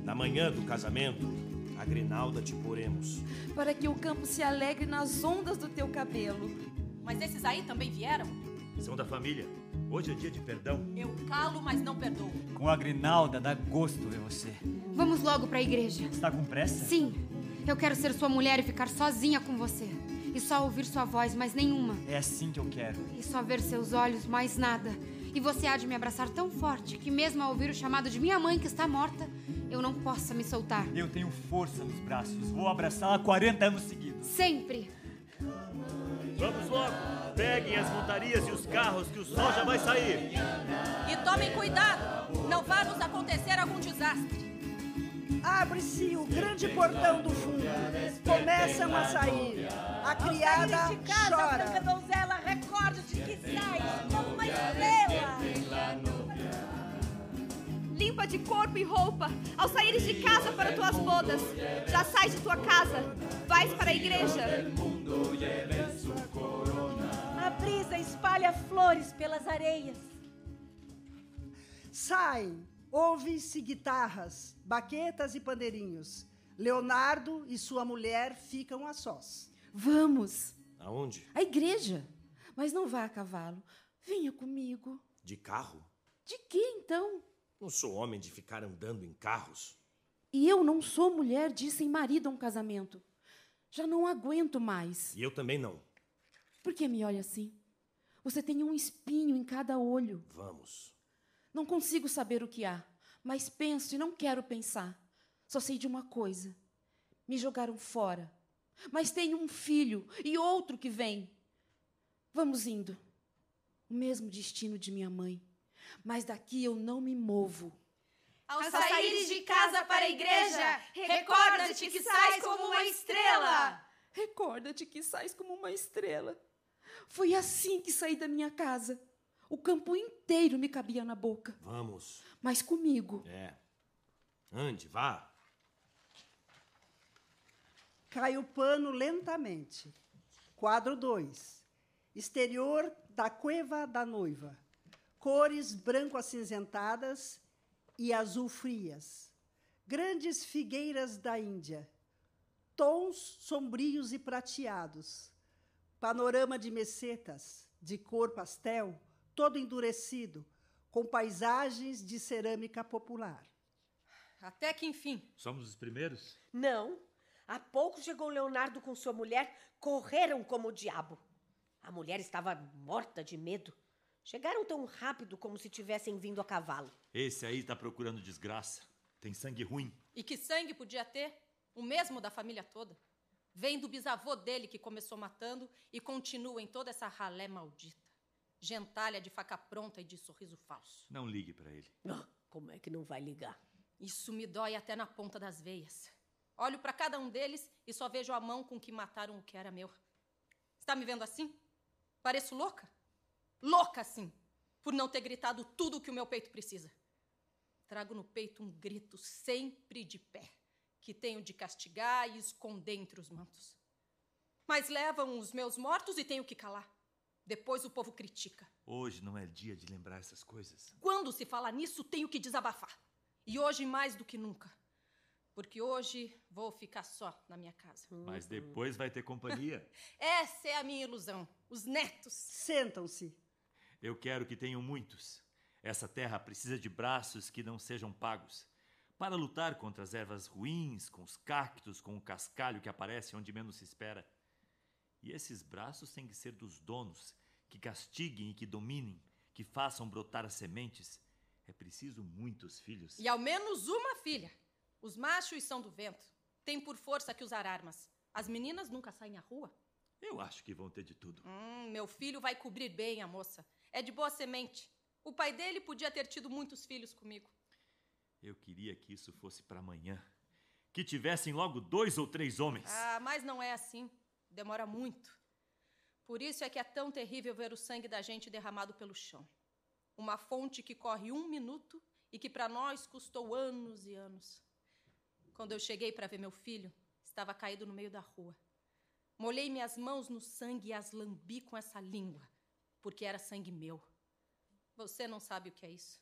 J: Na manhã do casamento, a grinalda te poremos.
H: Para que o campo se alegre nas ondas do teu cabelo.
E: Mas esses aí também vieram?
L: São da família. Hoje é dia de perdão.
E: Eu calo, mas não perdoo.
D: Com a grinalda dá gosto ver você.
M: Vamos logo para a igreja.
D: Está com pressa?
M: Sim, eu quero ser sua mulher e ficar sozinha com você. E só ouvir sua voz, mais nenhuma.
D: É assim que eu quero.
M: E só ver seus olhos, mais nada. E você há de me abraçar tão forte que, mesmo ao ouvir o chamado de minha mãe que está morta, eu não possa me soltar.
D: Eu tenho força nos braços. Vou abraçá-la 40 anos seguidos.
M: Sempre!
L: Vamos logo! Peguem as montarias e os carros que o sol já vai sair.
E: E tomem cuidado! Não vá nos acontecer algum desastre.
C: Abre-se o grande portão do fundo. Começam a sair. A criada
I: Aos saíres de casa,
C: chora.
I: branca
E: donzela, recorde-te que sais
I: como uma estrela.
K: Limpa de corpo e roupa ao saíres de casa para tuas bodas. Já sai de tua casa, vais para a igreja.
N: A brisa espalha flores pelas areias.
C: Saem, ouvem-se guitarras, baquetas e pandeirinhos. Leonardo e sua mulher ficam a sós.
H: Vamos!
J: Aonde?
H: A igreja! Mas não vá a cavalo. Venha comigo.
J: De carro?
H: De que então?
J: Não sou homem de ficar andando em carros.
H: E eu não sou mulher de ir sem marido a um casamento. Já não aguento mais.
J: E eu também não.
H: Por que me olha assim? Você tem um espinho em cada olho.
J: Vamos.
H: Não consigo saber o que há, mas penso e não quero pensar. Só sei de uma coisa: me jogaram fora. Mas tenho um filho e outro que vem. Vamos indo. O mesmo destino de minha mãe. Mas daqui eu não me movo.
N: Ao saíres de casa para a igreja, recorda-te que sais como uma estrela.
H: Recorda-te que sais como uma estrela. Foi assim que saí da minha casa. O campo inteiro me cabia na boca.
J: Vamos.
H: Mas comigo.
J: É. Ande, vá.
C: Cai o pano lentamente. Quadro 2. Exterior da cueva da noiva. Cores branco acinzentadas e azul frias. Grandes figueiras da Índia. Tons sombrios e prateados. Panorama de mesetas de cor pastel, todo endurecido, com paisagens de cerâmica popular.
E: Até que enfim.
L: Somos os primeiros?
N: Não. Há pouco chegou Leonardo com sua mulher, correram como o diabo. A mulher estava morta de medo. Chegaram tão rápido como se tivessem vindo a cavalo.
L: Esse aí tá procurando desgraça. Tem sangue ruim.
E: E que sangue podia ter? O mesmo da família toda. Vem do bisavô dele que começou matando e continua em toda essa ralé maldita. Gentalha de faca pronta e de sorriso falso.
L: Não ligue pra ele.
N: Como é que não vai ligar?
E: Isso me dói até na ponta das veias. Olho para cada um deles e só vejo a mão com que mataram o que era meu. Está me vendo assim? Pareço louca? Louca, sim, por não ter gritado tudo o que o meu peito precisa. Trago no peito um grito sempre de pé, que tenho de castigar e esconder entre os mantos. Mas levam os meus mortos e tenho que calar. Depois o povo critica.
L: Hoje não é dia de lembrar essas coisas.
E: Quando se fala nisso, tenho que desabafar. E hoje mais do que nunca. Porque hoje vou ficar só na minha casa.
L: Hum. Mas depois vai ter companhia.
E: Essa é a minha ilusão. Os netos.
C: Sentam-se.
L: Eu quero que tenham muitos. Essa terra precisa de braços que não sejam pagos. Para lutar contra as ervas ruins, com os cactos, com o cascalho que aparece onde menos se espera. E esses braços têm que ser dos donos, que castiguem e que dominem, que façam brotar as sementes. É preciso muitos filhos.
E: E ao menos uma filha. Os machos são do vento. Têm por força que usar armas. As meninas nunca saem à rua.
L: Eu acho que vão ter de tudo.
E: Hum, meu filho vai cobrir bem a moça. É de boa semente. O pai dele podia ter tido muitos filhos comigo.
L: Eu queria que isso fosse para amanhã. Que tivessem logo dois ou três homens.
E: Ah, mas não é assim. Demora muito. Por isso é que é tão terrível ver o sangue da gente derramado pelo chão. Uma fonte que corre um minuto e que para nós custou anos e anos. Quando eu cheguei para ver meu filho, estava caído no meio da rua. Molhei minhas mãos no sangue e as lambi com essa língua, porque era sangue meu. Você não sabe o que é isso.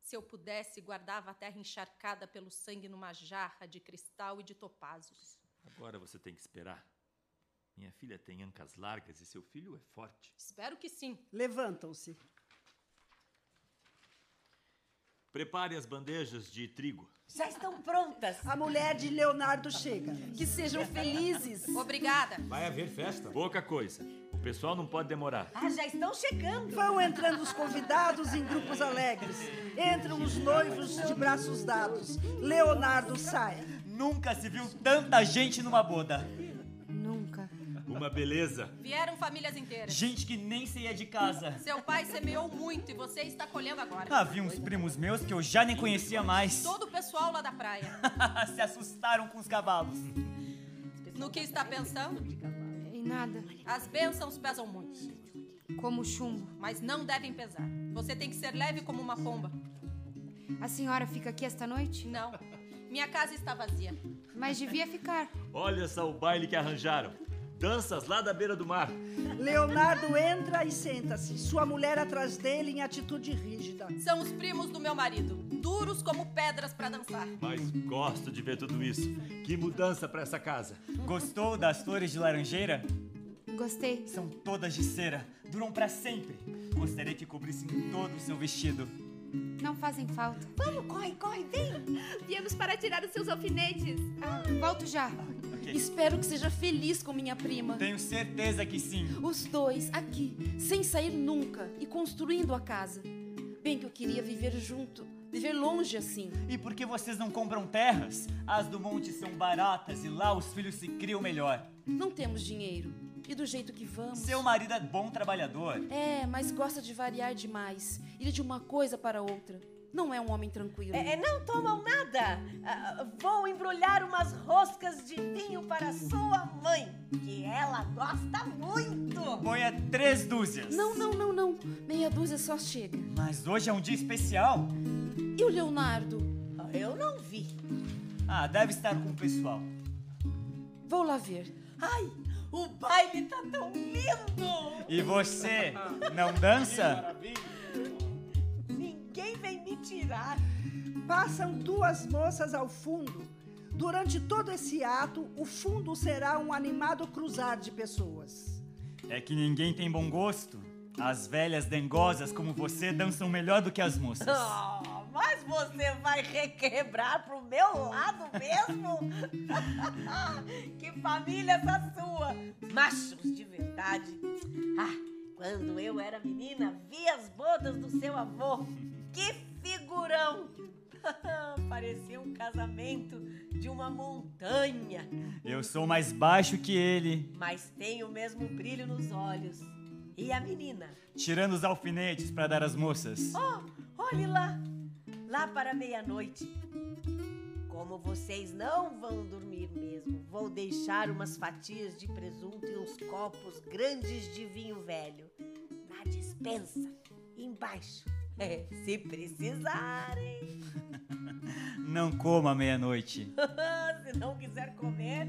E: Se eu pudesse, guardava a terra encharcada pelo sangue numa jarra de cristal e de topázos.
L: Agora você tem que esperar. Minha filha tem ancas largas e seu filho é forte.
E: Espero que sim.
C: Levantam-se.
L: Prepare as bandejas de trigo.
C: Já estão prontas. A mulher de Leonardo chega. Que sejam felizes.
E: Obrigada.
O: Vai haver festa?
L: Pouca coisa. O pessoal não pode demorar.
B: Ah, já estão chegando.
C: Vão entrando os convidados em grupos alegres. Entram os noivos de braços dados. Leonardo sai.
F: Nunca se viu tanta gente numa boda.
M: Nunca.
L: Uma beleza.
E: Vieram famílias inteiras.
F: Gente que nem saía de casa.
E: Seu pai semeou muito e você está colhendo agora.
F: Havia uns primos meus que eu já nem conhecia mais.
E: Todo o pessoal lá da praia.
F: se assustaram com os cavalos.
E: No que está pensando?
M: Em nada.
E: As bênçãos pesam muito.
M: Como chumbo.
E: Mas não devem pesar. Você tem que ser leve como uma pomba.
M: A senhora fica aqui esta noite?
E: Não. Minha casa está vazia.
M: Mas devia ficar.
L: Olha só o baile que arranjaram. Danças lá da beira do mar.
C: Leonardo entra e senta-se, sua mulher atrás dele em atitude rígida.
E: São os primos do meu marido, duros como pedras para dançar.
L: Mas gosto de ver tudo isso. Que mudança para essa casa.
F: Gostou das flores de laranjeira?
M: Gostei.
F: São todas de cera, duram para sempre. Gostaria que cobrissem todo o seu vestido.
M: Não fazem falta.
B: Vamos, corre, corre, vem!
G: Viemos para tirar os seus alfinetes.
M: Ah, volto já.
F: Ok.
H: Espero que seja feliz com minha prima.
F: Tenho certeza que sim.
H: Os dois aqui, sem sair nunca e construindo a casa. Bem que eu queria viver junto, viver longe assim.
F: E por que vocês não compram terras? As do monte são baratas e lá os filhos se criam melhor.
H: Não temos dinheiro. E do jeito que vamos.
F: Seu marido é bom trabalhador.
H: É, mas gosta de variar demais. Ir de uma coisa para outra. Não é um homem tranquilo.
B: É, é, não tomam nada. Ah, vou embrulhar umas roscas de vinho para sua mãe, que ela gosta muito.
F: Ponha três dúzias.
H: Não, não, não, não. Meia dúzia só chega.
F: Mas hoje é um dia especial.
H: E o Leonardo?
B: Eu não vi.
F: Ah, deve estar com o pessoal.
H: Vou lá ver.
B: Ai, o baile tá tão lindo.
F: E você, não dança?
B: Ninguém vem me tirar.
C: Passam duas moças ao fundo. Durante todo esse ato, o fundo será um animado cruzar de pessoas.
F: É que ninguém tem bom gosto. As velhas dengosas como você dançam melhor do que as moças.
B: Oh, mas você vai requebrar pro meu lado mesmo? que família essa sua! Machos de verdade. Ah, quando eu era menina, vi as bodas do seu avô. Que figurão! Parecia um casamento de uma montanha,
F: Eu sou mais baixo que ele.
B: mas tem o mesmo brilho nos olhos. E a menina?
F: Tirando os alfinetes para dar às moças.
B: Oh, olhe lá! Lá para meia-noite. Como vocês não vão dormir mesmo, vou deixar umas fatias de presunto e uns copos grandes de vinho velho na dispensa, embaixo. É, se precisarem.
F: Não coma à meia-noite.
B: se não quiser comer,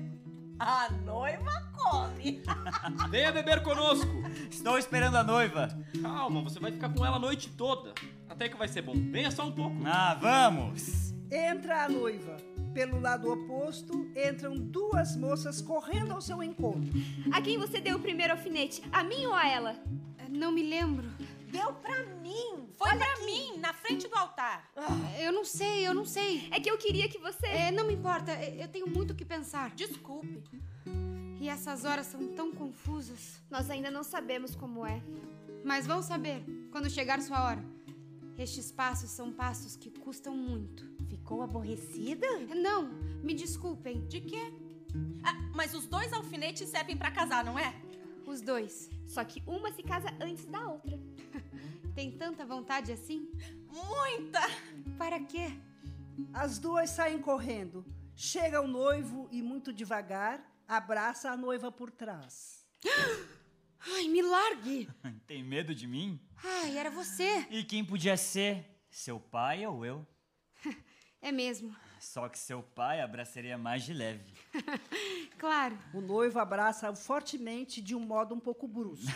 B: a noiva come.
P: Venha beber conosco.
F: Estou esperando a noiva.
P: Calma, você vai ficar com ela a noite toda. Até que vai ser bom. Venha só um pouco.
F: Ah, vamos!
C: Entra a noiva. Pelo lado oposto, entram duas moças correndo ao seu encontro.
G: A quem você deu o primeiro alfinete? A mim ou a ela?
M: É, Não me lembro.
B: Deu pra mim.
E: Foi pra mim, na frente do altar.
M: Eu não sei, eu não sei.
G: É que eu queria que você.
M: É, não me importa, é, eu tenho muito o que pensar.
E: Desculpe.
M: E essas horas são tão confusas.
G: Nós ainda não sabemos como é.
M: Mas vão saber quando chegar sua hora. Estes passos são passos que custam muito.
B: Ficou aborrecida?
M: Não, me desculpem.
E: De quê? Ah, mas os dois alfinetes servem para casar, não é?
M: Os dois.
G: Só que uma se casa antes da outra.
M: Tem tanta vontade assim?
E: Muita!
M: Para quê?
C: As duas saem correndo. Chega o noivo e, muito devagar, abraça a noiva por trás.
M: Ai, me largue!
F: Tem medo de mim?
M: Ai, era você!
F: E quem podia ser? Seu pai ou eu?
M: É mesmo.
F: Só que seu pai abraçaria mais de leve.
M: claro.
C: O noivo abraça fortemente de um modo um pouco brusco.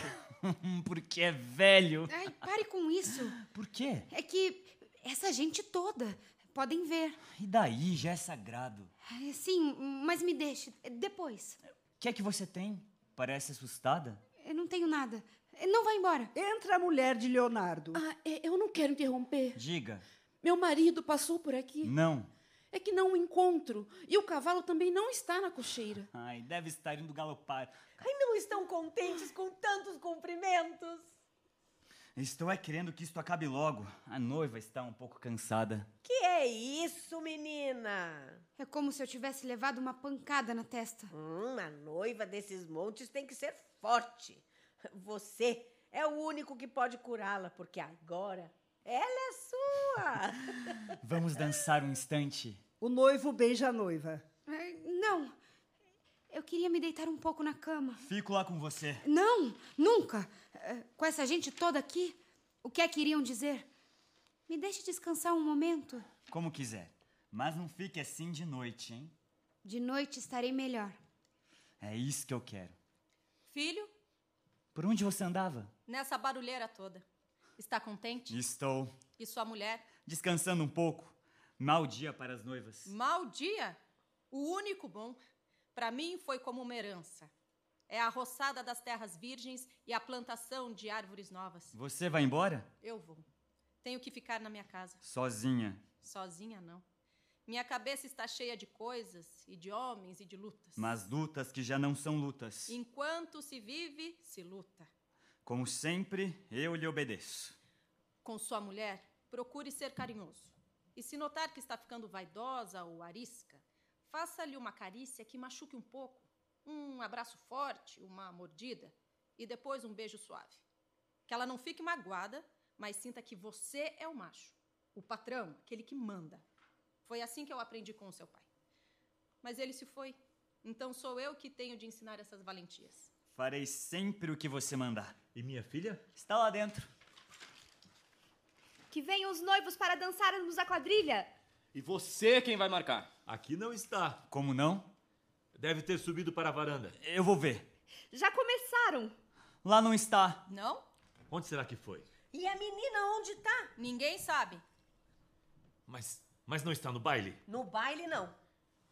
F: Porque é velho.
M: Ai, pare com isso.
F: Por quê?
M: É que essa gente toda. Podem ver.
F: E daí? Já é sagrado.
M: Ai, É, Sim, mas me deixe. é, Depois.
F: O que é que você tem? Parece assustada?
M: Eu não tenho nada. É, Não vá embora.
C: Entra a mulher de Leonardo.
Q: Ah, é- eu não quero interromper.
F: Diga.
Q: Meu marido passou por aqui.
F: Não.
Q: É que não o encontro. E o cavalo também não está na cocheira.
F: Ai, deve estar indo galopar.
N: Ai, não estão contentes com tantos cumprimentos?
F: Estou é querendo que isto acabe logo. A noiva está um pouco cansada.
N: Que é isso, menina?
M: É como se eu tivesse levado uma pancada na testa.
N: Hum, a noiva desses montes tem que ser forte. Você é o único que pode curá-la, porque agora ela é sua.
F: Vamos dançar um instante.
C: O noivo beija a noiva.
M: Ai, É, Não. Eu queria me deitar um pouco na cama.
F: Fico lá com você.
M: Não, nunca. Eh, Com essa gente toda aqui, o que é que iriam dizer? Me deixe descansar um momento.
F: Como quiser. Mas não fique assim de noite, hein?
M: De noite estarei melhor.
F: É isso que eu quero.
E: Filho,
F: Por onde você andava?
E: nessa barulheira toda. Está contente?
F: Estou
E: E sua mulher?
F: descansando um pouco. Mau dia para as noivas.
E: Mal dia! O único bom, para mim, foi como uma herança. É a roçada das terras virgens e a plantação de árvores novas.
F: Você vai embora?
E: Eu vou. Tenho que ficar na minha casa.
F: Sozinha.
E: Sozinha, não. Minha cabeça está cheia de coisas, e de homens, e de lutas.
F: Mas lutas que já não são lutas.
E: Enquanto se vive, se luta.
F: Como sempre, eu lhe obedeço.
E: Com sua mulher, procure ser carinhoso. E se notar que está ficando vaidosa ou arisca, faça-lhe uma carícia que machuque um pouco, um abraço forte, uma mordida e depois um beijo suave. Que ela não fique magoada, mas sinta que você é o macho, o patrão, aquele que manda. Foi assim que eu aprendi com o seu pai. Mas ele se foi, então sou eu que tenho de ensinar essas valentias.
F: Farei sempre o que você mandar.
L: E minha filha?
F: Está lá dentro.
K: Que venham os noivos para dançarmos a quadrilha.
R: E você quem vai marcar?
L: Aqui não está.
F: Como não?
L: Deve ter subido para a varanda.
F: Eu vou ver.
K: Já começaram.
F: Lá não está.
E: Não?
L: Onde será que foi?
N: E a menina onde tá? está?
E: Ninguém sabe.
L: Mas, mas não está no baile?
N: No baile, não.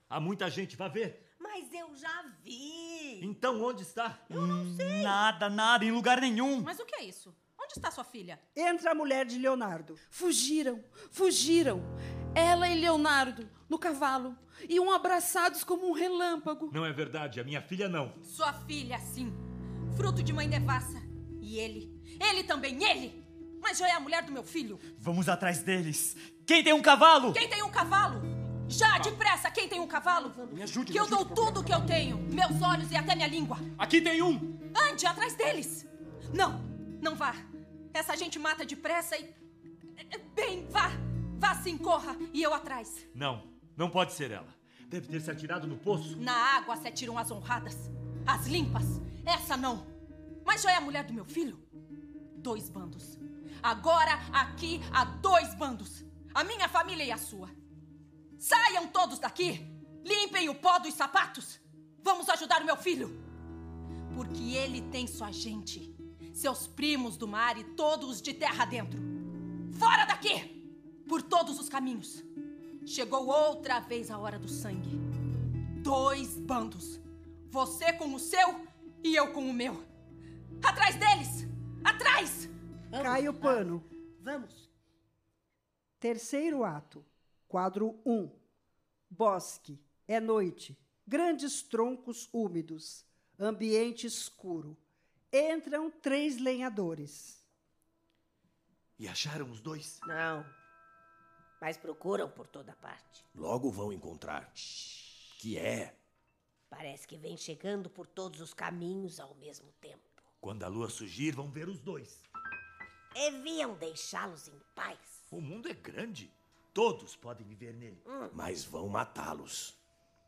L: Há muita gente, vá ver.
N: Mas eu já vi.
L: Então onde Hum, está?
F: Eu não sei. Nada, nada, em lugar nenhum.
E: Mas o que é isso? Onde está sua filha?
C: Entra a mulher de Leonardo.
Q: Fugiram, fugiram. Ela e Leonardo, no cavalo, iam abraçados como um relâmpago.
L: Não é verdade, a minha filha não.
E: Sua filha, sim. Fruto de mãe devassa. E ele? Ele também, ele! Mas já é a mulher do meu filho.
F: Vamos atrás deles. Quem tem um cavalo?
E: Quem tem um cavalo? Já, depressa, quem tem um cavalo?
R: Me ajude,
E: Que eu dou tudo o que eu tenho. Meus olhos e até minha língua.
R: Aqui tem um!
E: Ande atrás deles. Não, não vá. Essa gente mata depressa e... Bem, vá. Vá sim, corra. E eu atrás.
L: Não, não pode ser ela. Deve ter se atirado no poço.
E: Na água se atiram as honradas, as limpas. Essa não. Mas já é a mulher do meu filho? Dois bandos. Agora, aqui, há dois bandos. A minha família e a sua. Saiam todos daqui. Limpem o pó dos sapatos. Vamos ajudar o meu filho. Porque ele tem sua gente. Seus primos do mar e todos de terra dentro. Fora daqui! Por todos os caminhos. Chegou outra vez a hora do sangue dois bandos. Você com o seu e eu com o meu. Atrás deles! Atrás!
C: Cai o pano.
N: Vamos.
C: Terceiro ato. Quadro 1. Bosque. É noite. Grandes troncos úmidos. Ambiente escuro. Entram três lenhadores.
J: E acharam os dois?
B: Não. Mas procuram por toda parte.
J: Logo vão encontrar. Que é?
B: Parece que vem chegando por todos os caminhos ao mesmo tempo.
J: Quando a lua surgir, vão ver os dois.
B: Deviam deixá-los em paz.
J: O mundo é grande. Todos podem viver nele.
B: Hum.
J: Mas vão matá-los.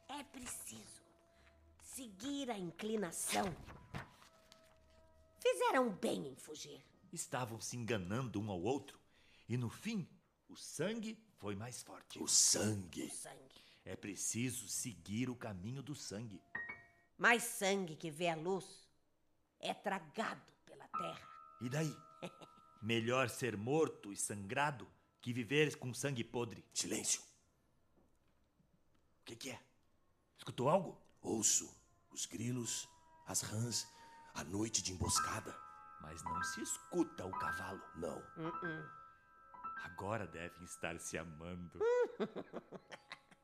B: É preciso seguir a inclinação. Fizeram bem em fugir.
L: Estavam se enganando um ao outro. E no fim, o sangue foi mais forte.
J: O sangue.
B: O sangue.
L: É preciso seguir o caminho do sangue.
B: Mas sangue que vê a luz é tragado pela terra.
L: E daí? Melhor ser morto e sangrado que viver com sangue podre.
J: Silêncio.
L: O que, que é? Escutou algo?
J: Ouço os grilos, as rãs, a noite de emboscada.
L: Mas não se escuta Então o cavalo.
J: Não.
B: Uh-uh.
L: Agora devem estar se amando.
J: Ah.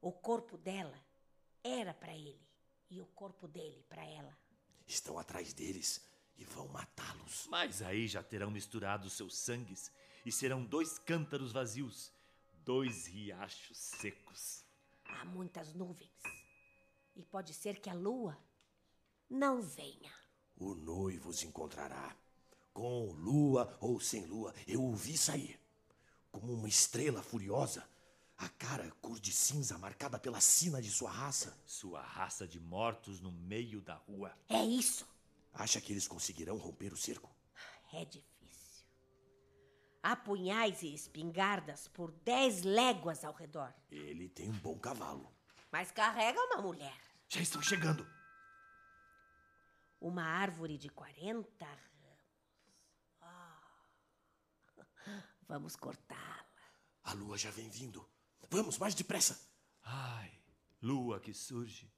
B: o corpo dela era para ele e o corpo dele para ela.
J: Estão atrás deles e vão matá-los.
L: Mas aí já terão misturado seus sangues e serão dois cântaros vazios, dois riachos secos.
B: Há muitas nuvens e pode ser que a lua não venha.
J: O noivo os encontrará. Com lua ou sem lua, eu o vi sair. Como uma estrela furiosa, a cara cor de cinza marcada pela sina de sua raça.
L: Sua raça de mortos no meio da rua.
B: É isso!
J: Acha que eles conseguirão romper o cerco?
B: É difícil. Há punhais e espingardas por dez léguas ao redor.
J: Ele tem um bom cavalo.
B: Mas carrega uma mulher.
J: Já estão chegando.
B: Uma árvore de 40 ramos. Oh. Vamos cortá-la.
J: A lua já vem vindo. Vamos, mais depressa.
L: Ai, lua que surge.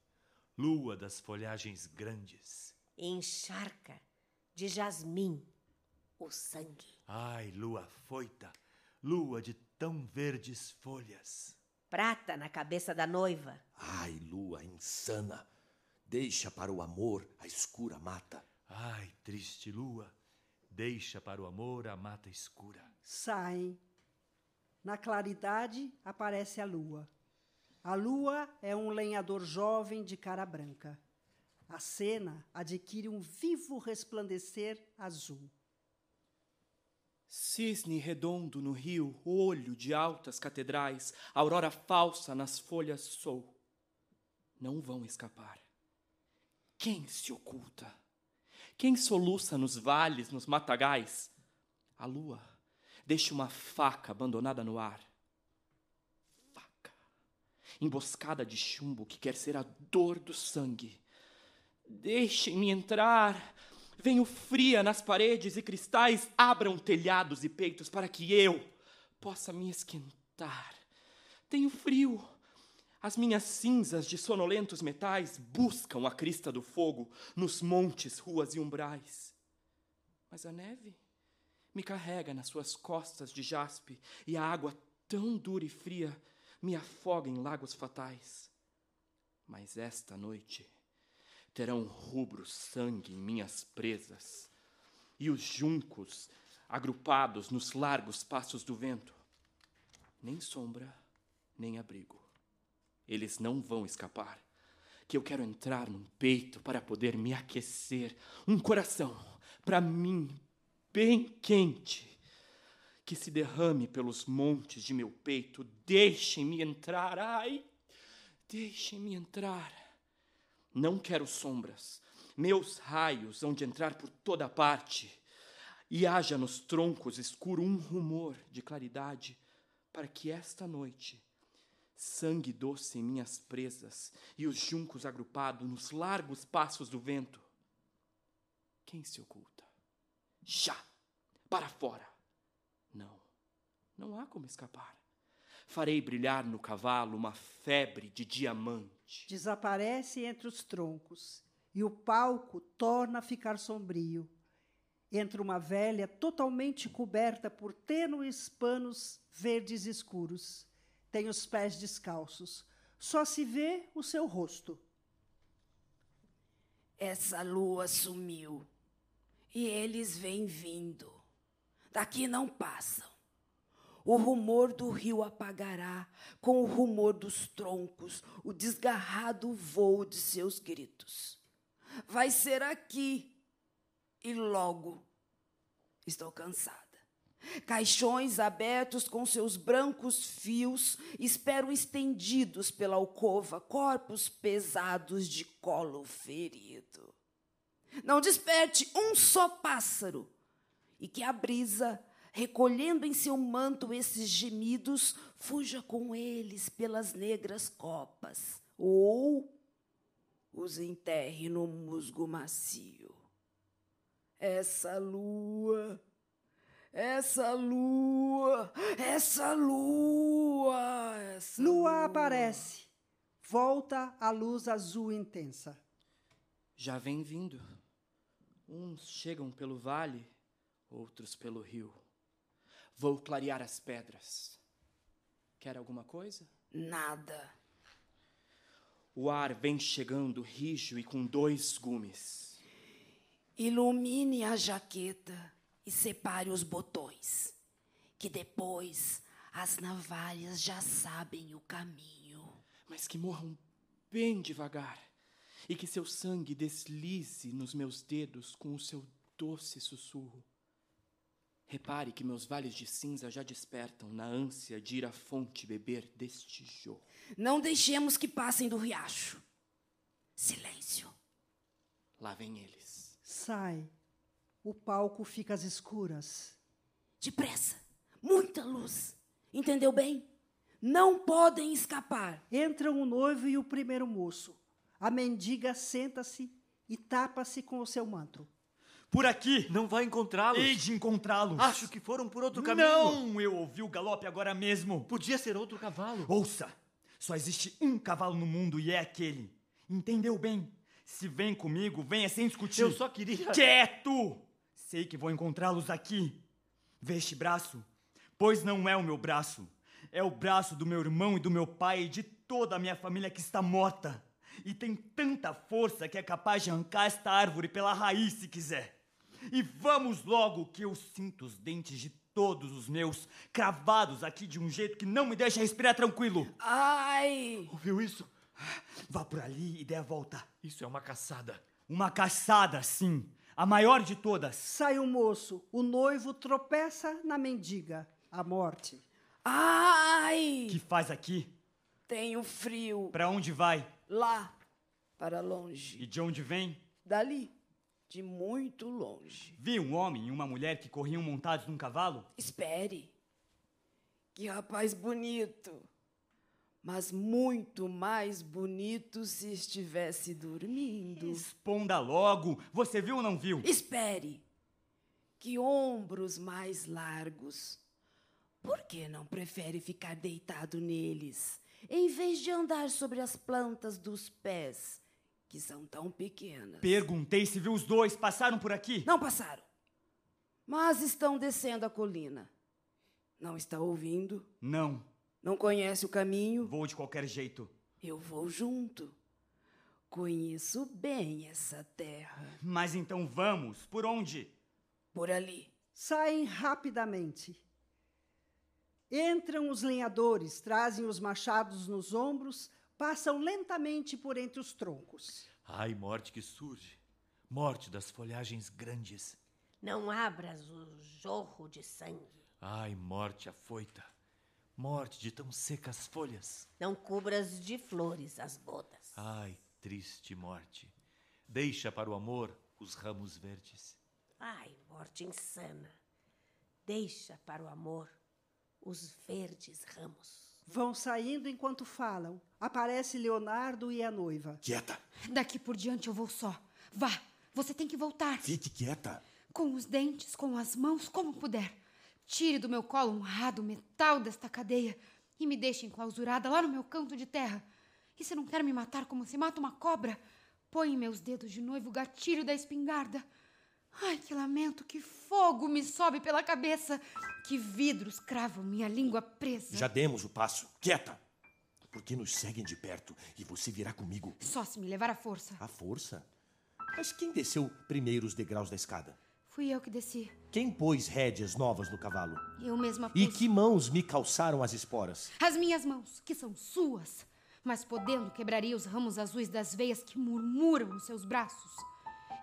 L: Lua das folhagens grandes
B: encharca de jasmim o sangue.
L: Ai, lua foita, lua de tão verdes folhas.
B: Prata na cabeça da noiva.
J: Ai, lua insana, deixa para o amor a escura mata.
L: Ai, triste lua, deixa para o amor a mata escura.
C: Saem. Na claridade aparece a lua. A lua é um lenhador jovem de cara branca. A cena adquire um vivo resplandecer azul.
S: Cisne redondo no rio, olho de altas catedrais, aurora falsa nas folhas sou. Não vão escapar. Quem se oculta? Quem soluça nos vales, nos matagais? A lua deixa uma faca abandonada no ar. Faca. Emboscada de chumbo que quer ser a dor do sangue. Deixem-me entrar. Venho fria nas paredes e cristais, abram telhados e peitos para que eu possa me esquentar. Tenho frio. As minhas cinzas de sonolentos metais buscam a crista do fogo nos montes, ruas e umbrais. Mas a neve me carrega nas suas costas de jaspe e a água tão dura e fria me afoga em lagos fatais. Mas esta noite terão rubro sangue em minhas presas, e os juncos agrupados nos largos passos do vento. Nem sombra, nem abrigo. Eles não vão escapar. Que eu quero entrar num peito para poder me aquecer, um coração para mim bem quente, que se derrame pelos montes de meu peito. Deixem-me entrar, ai, deixem-me entrar. Não quero sombras. Meus raios hão de entrar por toda parte. E haja nos troncos escuro um rumor de claridade, para que esta noite sangue doce em minhas presas e os juncos agrupados nos largos passos do vento. Quem se oculta? Já! Para fora! Não, não há como escapar. Farei brilhar no cavalo uma febre de diamante.
C: Desaparece entre os troncos e o palco torna a ficar sombrio. Entre uma velha totalmente coberta por tênues panos verdes escuros, tem os pés descalços. Só se vê o seu rosto.
H: Essa lua sumiu e eles vêm vindo. daqui não passam. O rumor do rio apagará com o rumor dos troncos, o desgarrado vôo de seus gritos. Vai ser aqui e logo. Estou cansada. Caixões abertos com seus brancos fios esperam estendidos pela alcova, corpos pesados de colo ferido. Não desperte um só pássaro, e que a brisa, recolhendo em seu manto esses gemidos, fuja com eles pelas negras copas, ou os enterre no musgo macio. Essa lua. Essa lua, essa lua, essa
C: lua, aparece. Volta a luz azul intensa.
S: Já vem vindo. Uns chegam pelo vale, outros pelo rio. Vou clarear as pedras. Quer alguma coisa?
H: Nada.
S: O ar vem chegando rijo e com dois gumes.
H: Ilumine a jaqueta e separe os botões, que depois as navalhas já sabem o caminho.
S: Mas que morram bem devagar e que seu sangue deslize nos meus dedos com o seu doce sussurro. Repare que meus vales de cinza já despertam na ânsia de ir à fonte beber deste jorro.
H: Não deixemos que passem do riacho. Silêncio.
S: Lá vem eles.
C: Sai. O palco fica às escuras.
H: Depressa. Muita luz. Entendeu bem? Não podem escapar.
C: Entram o um noivo e o primeiro moço. A mendiga senta-se e tapa-se com o seu manto.
F: Por aqui!
D: Não vai encontrá-los!
F: Hei de encontrá-los!
D: Acho que foram por outro caminho!
F: Não! Eu ouvi o galope agora mesmo!
D: Podia ser outro cavalo!
F: Ouça! Só existe um cavalo no mundo e é aquele! Entendeu bem? Se vem comigo, venha sem discutir!
D: Eu só queria.
F: Quieto! Sei que vou encontrá-los aqui! Vê este braço? Pois não é o meu braço! É o braço do meu irmão e do meu pai e de toda a minha família que está morta! e tem tanta força que é capaz de arrancar esta árvore pela raiz se quiser. E vamos logo, que eu sinto os dentes de todos os meus cravados aqui de um jeito que não me deixa respirar tranquilo.
H: Ai!
F: Ouviu isso? Vá por ali e dê a volta.
L: Isso é uma caçada.
F: Uma caçada, sim. A maior de todas.
C: Sai o moço. O noivo tropeça na mendiga. A morte.
H: Ai!
F: Que faz aqui?
H: Tenho frio.
F: Para onde vai?
H: lá para longe.
F: E de onde vem?
H: Dali, de muito longe.
F: Vi um homem e uma mulher que corriam montados num cavalo?
H: Espere. Que rapaz bonito. Mas muito mais bonito se estivesse dormindo.
F: Responda logo. Você viu ou não viu?
H: Espere. Que ombros mais largos. Por que não prefere ficar deitado neles? em vez de andar sobre as plantas dos pés, que são tão pequenas.
F: um- Perguntei se viu os dois. Passaram por aqui?
H: Não passaram. Mas estão descendo a colina. Não está ouvindo?
F: Não.
H: Não conhece o caminho?
F: Vou de qualquer jeito.
H: Eu vou junto. Conheço bem essa terra.
F: Mas então vamos. Por onde?
H: Por ali.
C: Saem rapidamente. Entram os lenhadores, trazem os machados nos ombros, passam lentamente por entre os troncos.
L: Ai, morte que surge! Morte das folhagens grandes.
N: Não abras o jorro de sangue.
L: Ai, morte afoita! Morte de tão secas folhas.
N: Não cubras de flores as bodas.
L: Ai, triste morte! Deixa para o amor os ramos verdes.
N: Ai, morte insana! Deixa para o amor os verdes ramos.
C: Vão saindo enquanto falam. Aparece Leonardo e a noiva.
T: Quieta!
M: Daqui por diante eu vou só. Vá, você tem que voltar.
T: Fique quieta.
M: Com os dentes, com as mãos, como puder. Tire do meu colo um rado metal desta cadeia e me deixe enclausurada lá no meu canto de terra. E se não quer me matar como se mata uma cobra, põe em meus dedos de noivo o gatilho da espingarda. Ai, que lamento, que fogo me sobe pela cabeça, que vidros cravam minha língua presa.
T: Já demos o passo. Quieta! Porque nos seguem de perto e você virá comigo.
M: Só se me levar à força.
T: À força? Mas quem desceu primeiro os degraus da escada?
M: Fui eu que desci.
J: Quem pôs rédeas novas no cavalo?
M: Eu mesma pus.
J: E que mãos me calçaram as esporas?
M: As minhas mãos, que são suas, mas podendo, quebraria os ramos azuis das veias que murmuram nos seus braços.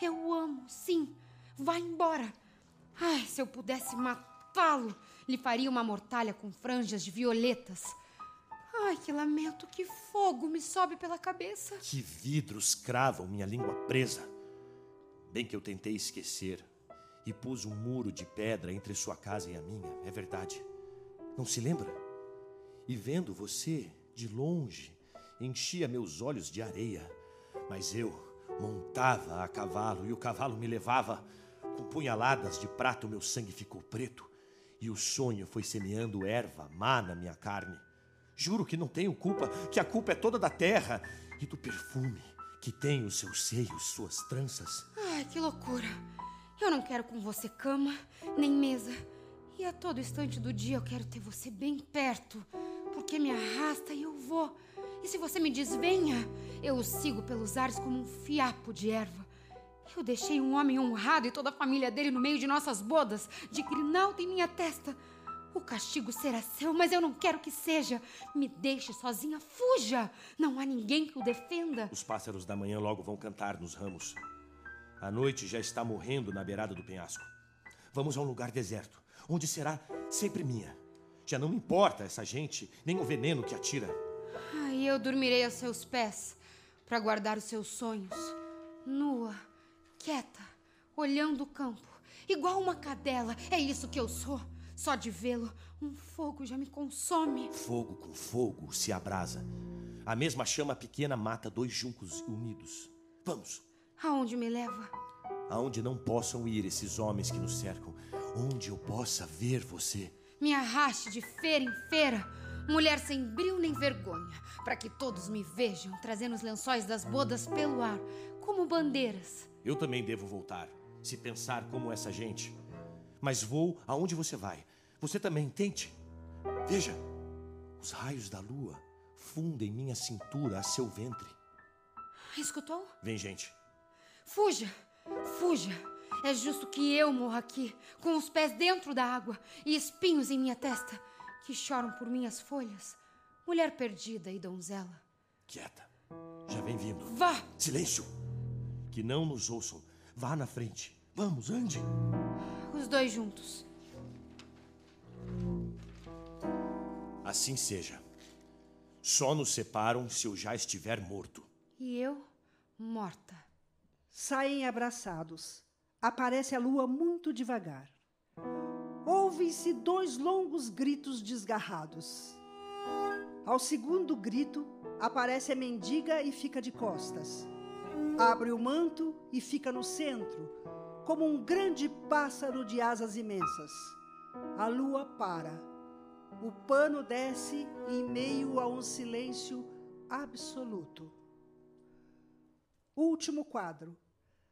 M: Eu o amo, sim. Vá embora. Ai, se eu pudesse matá-lo, lhe faria uma mortalha com franjas de violetas. Ai, que lamento, que fogo me sobe pela cabeça.
J: Que vidros cravam minha língua presa. Bem que eu tentei esquecer e pus um muro de pedra entre sua casa e a minha, é verdade. Não se lembra? E vendo você de longe, enchia meus olhos de areia, mas eu montava a cavalo e o cavalo me levava. Com punhaladas de prata, o meu sangue ficou preto e o sonho foi semeando erva má na minha carne. Juro que não tenho culpa, que a culpa é toda da terra e do perfume que tem os seus seios, suas tranças.
M: Ai, que loucura. Eu não quero com você cama, nem mesa. E a todo instante do dia eu quero ter você bem perto, porque me arrasta e eu vou. E se você me diz venha, eu o sigo pelos ares como um fiapo de erva. Eu deixei um homem honrado e toda a família dele no meio de nossas bodas, de grinalda em minha testa. O castigo será seu, mas eu não quero que seja. Me deixe sozinha, fuja! Não há ninguém que o defenda.
J: Os pássaros da manhã logo vão cantar nos ramos. A noite já está morrendo na beirada do penhasco. Vamos a um lugar deserto, onde será sempre minha. Já não me importa essa gente, nem o veneno que atira.
M: Ai, eu dormirei aos seus pés para guardar os seus sonhos. Nua, quieta, olhando o campo, igual uma cadela. É isso que eu sou. Só de vê-lo, um fogo já me consome.
J: Fogo com fogo se abrasa. A mesma chama pequena mata dois juncos unidos. Vamos,
M: Aonde me leva?
J: aonde não possam ir esses homens que nos cercam, onde eu possa ver você.
M: Me arraste de feira em feira, mulher sem brilho nem vergonha, para que todos me vejam trazendo os lençóis das bodas pelo ar, como bandeiras.
J: Eu também devo voltar, se pensar como essa gente. Mas vou aonde você vai. Você também tente. Veja, os raios da lua fundem minha cintura a seu ventre.
M: Escutou?
J: Vem, gente.
M: Fuja! Fuja! É justo que eu morra aqui, com os pés dentro da água e espinhos em minha testa, que choram por minhas folhas. Mulher perdida e donzela.
J: Quieta. Já vem vindo.
M: Vá!
J: Silêncio! Que não nos ouçam. Vá na frente. Vamos, ande.
M: Os dois juntos.
J: Assim seja. Só nos separam se eu já estiver morto.
M: E eu, morta.
C: Saem abraçados. Aparece a lua muito devagar. Ouvem-se dois longos gritos desgarrados. Ao segundo grito, aparece a mendiga e fica de costas. Abre o manto e fica no centro, como um grande pássaro de asas imensas. A lua para. O pano desce em meio a um silêncio absoluto. Último quadro.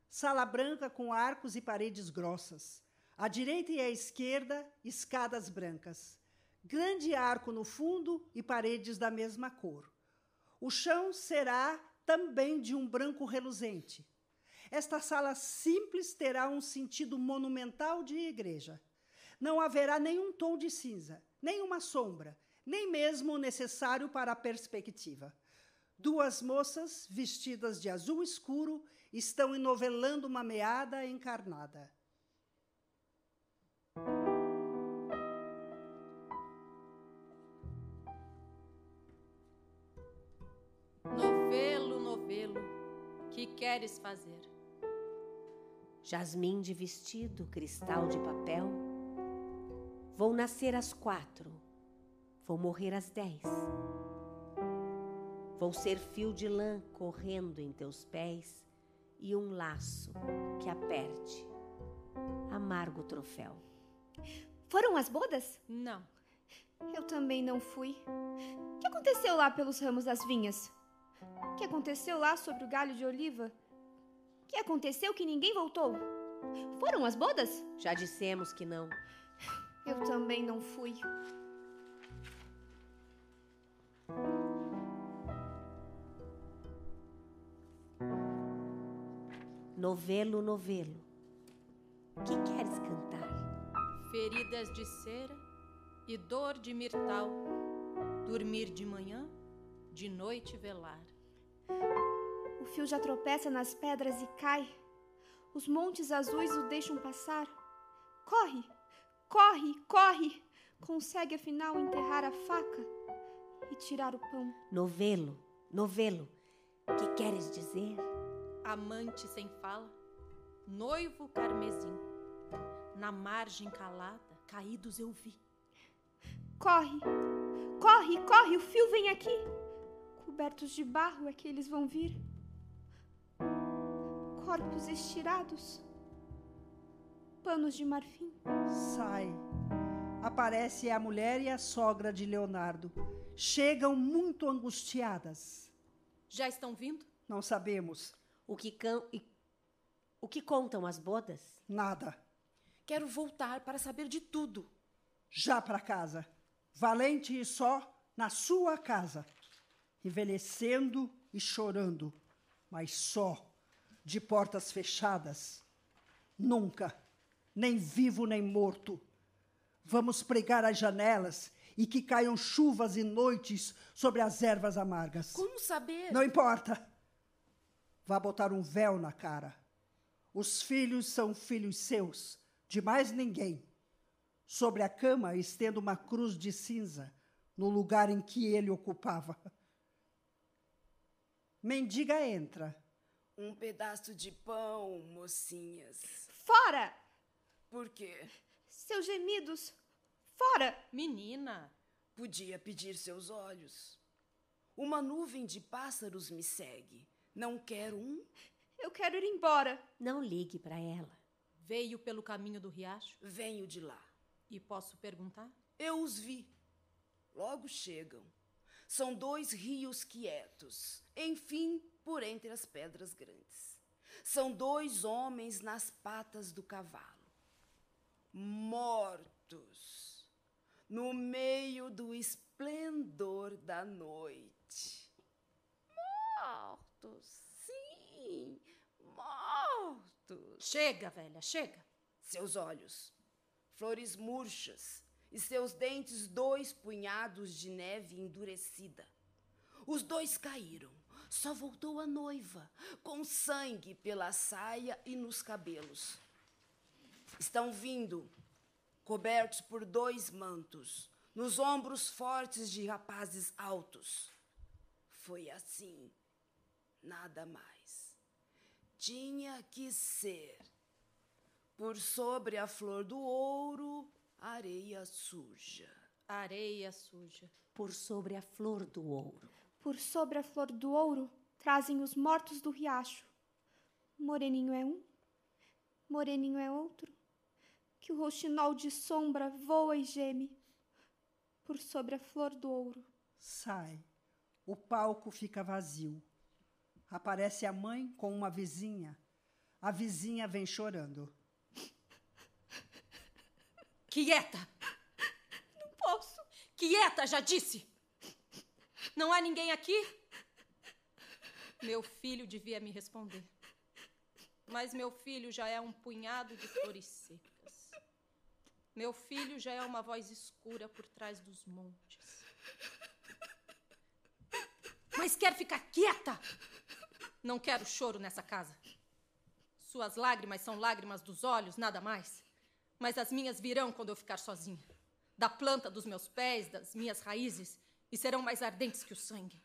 C: Sala branca com arcos e paredes grossas. À direita e à esquerda, escadas brancas. Grande arco no fundo e paredes da mesma cor. O chão será também de um branco reluzente. Esta sala simples terá um sentido monumental de igreja. Não haverá nenhum tom de cinza, nenhuma sombra, nem mesmo o necessário para a perspectiva. Duas moças, vestidas de azul escuro, estão enovelando uma meada encarnada.
E: Novelo, novelo, que queres fazer?
B: Jasmim de vestido, cristal de papel. Vou nascer às quatro, vou morrer às dez. Vou ser fio de lã correndo em teus pés e um laço que aperte. Amargo troféu.
K: Foram as bodas?
E: Não.
K: Eu também não fui. O que aconteceu lá pelos ramos das vinhas? O que aconteceu lá sobre o galho de oliva? O que aconteceu que ninguém voltou? Foram as bodas?
B: Já dissemos que não.
K: Eu também não fui.
B: Novelo, novelo. Que queres cantar?
E: Feridas de cera e dor de mirtal, dormir de manhã, de noite velar.
K: O fio já tropeça nas pedras e cai. Os montes azuis o deixam passar. Corre, corre, corre! Consegue afinal enterrar a faca e tirar o pão.
B: Novelo, novelo, que queres dizer?
E: Amante sem fala, noivo carmesim. Na margem calada, caídos eu vi.
K: Corre, corre, corre, o fio vem aqui. Cobertos de barro é que eles vão vir. Corpos estirados, panos de marfim.
C: Sai. Aparece a mulher e a sogra de Leonardo. Chegam muito angustiadas.
E: Já estão vindo?
C: Não sabemos.
B: O que, cão, e- o que contam as bodas?
C: Nada.
E: Quero voltar para saber de tudo.
C: Já para casa. Valente e só na sua casa. Envelhecendo e chorando, mas só, de portas fechadas. Nunca, nem vivo nem morto. Vamos pregar as janelas e que caiam chuvas e noites sobre as ervas amargas.
E: Como saber?
C: Não importa. Vá botar um véu na cara. Os filhos são filhos seus, de mais ninguém. Sobre a cama, estenda uma cruz de cinza no lugar em que ele ocupava. Mendiga entra.
H: Um pedaço de pão, mocinhas.
K: Fora!
H: Por quê?
K: Seus gemidos! Fora!
E: Menina!
H: Podia pedir seus olhos. Uma nuvem de pássaros me segue. Não quero um.
K: Eu quero ir embora.
B: Não ligue para ela.
E: Veio pelo caminho do riacho?
H: Venho de lá.
E: E posso perguntar?
H: Eu os vi. Logo chegam. São dois rios quietos, enfim, por entre as pedras grandes. São dois homens nas patas do cavalo, mortos, no meio do esplendor da noite. Mortos, sim, mortos.
E: Chega, velha, chega.
H: Seus olhos, flores murchas e seus dentes dois punhados de neve endurecida. Os dois caíram. Só voltou a noiva, com sangue pela saia e nos cabelos. Estão vindo, cobertos por dois mantos, nos ombros fortes de rapazes altos. Foi assim, nada mais. Tinha que ser. Por sobre a flor do ouro, areia suja.
E: Areia suja.
B: Por sobre a flor do ouro.
K: Por sobre a flor do ouro trazem os mortos do riacho. Moreninho é um, moreninho é outro, que o rouxinol de sombra voa e geme. Por sobre a flor do ouro.
C: Sai. O palco fica vazio. Aparece a mãe com uma vizinha. A vizinha vem chorando.
E: Quieta! Não posso. Quieta, já disse! Não há ninguém aqui? Meu filho devia me responder. Mas meu filho já é um punhado de flores secas. Meu filho já é uma voz escura por trás dos montes. Mas quer ficar quieta? Não quero choro nessa casa. Suas lágrimas são lágrimas dos olhos, nada mais. Mas as minhas virão quando eu ficar sozinha. Da planta dos meus pés, das minhas raízes, e serão mais ardentes que o sangue.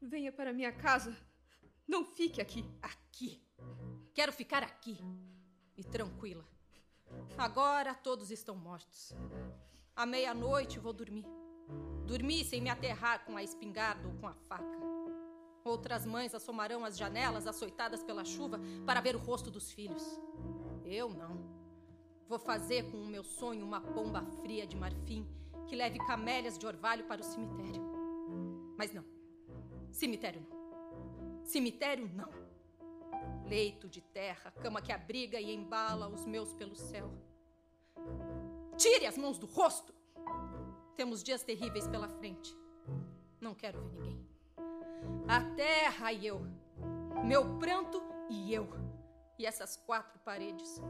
K: Venha para minha casa. Não fique aqui.
E: Aqui. Quero ficar aqui. E tranquila. Agora todos estão mortos. À meia-noite vou dormir. Dormir sem me aterrar com a espingarda ou com a faca. Outras mães assomarão as janelas açoitadas pela chuva para ver o rosto dos filhos. Eu não. Vou fazer com o meu sonho uma pomba fria de marfim que leve camélias de orvalho para o cemitério. Mas não. Cemitério não. Cemitério não. Leito de terra, cama que abriga e embala os meus pelo céu. Tire as mãos do rosto! Temos dias terríveis pela frente. Não quero ver ninguém. A terra e eu. Meu pranto e eu. E essas quatro paredes.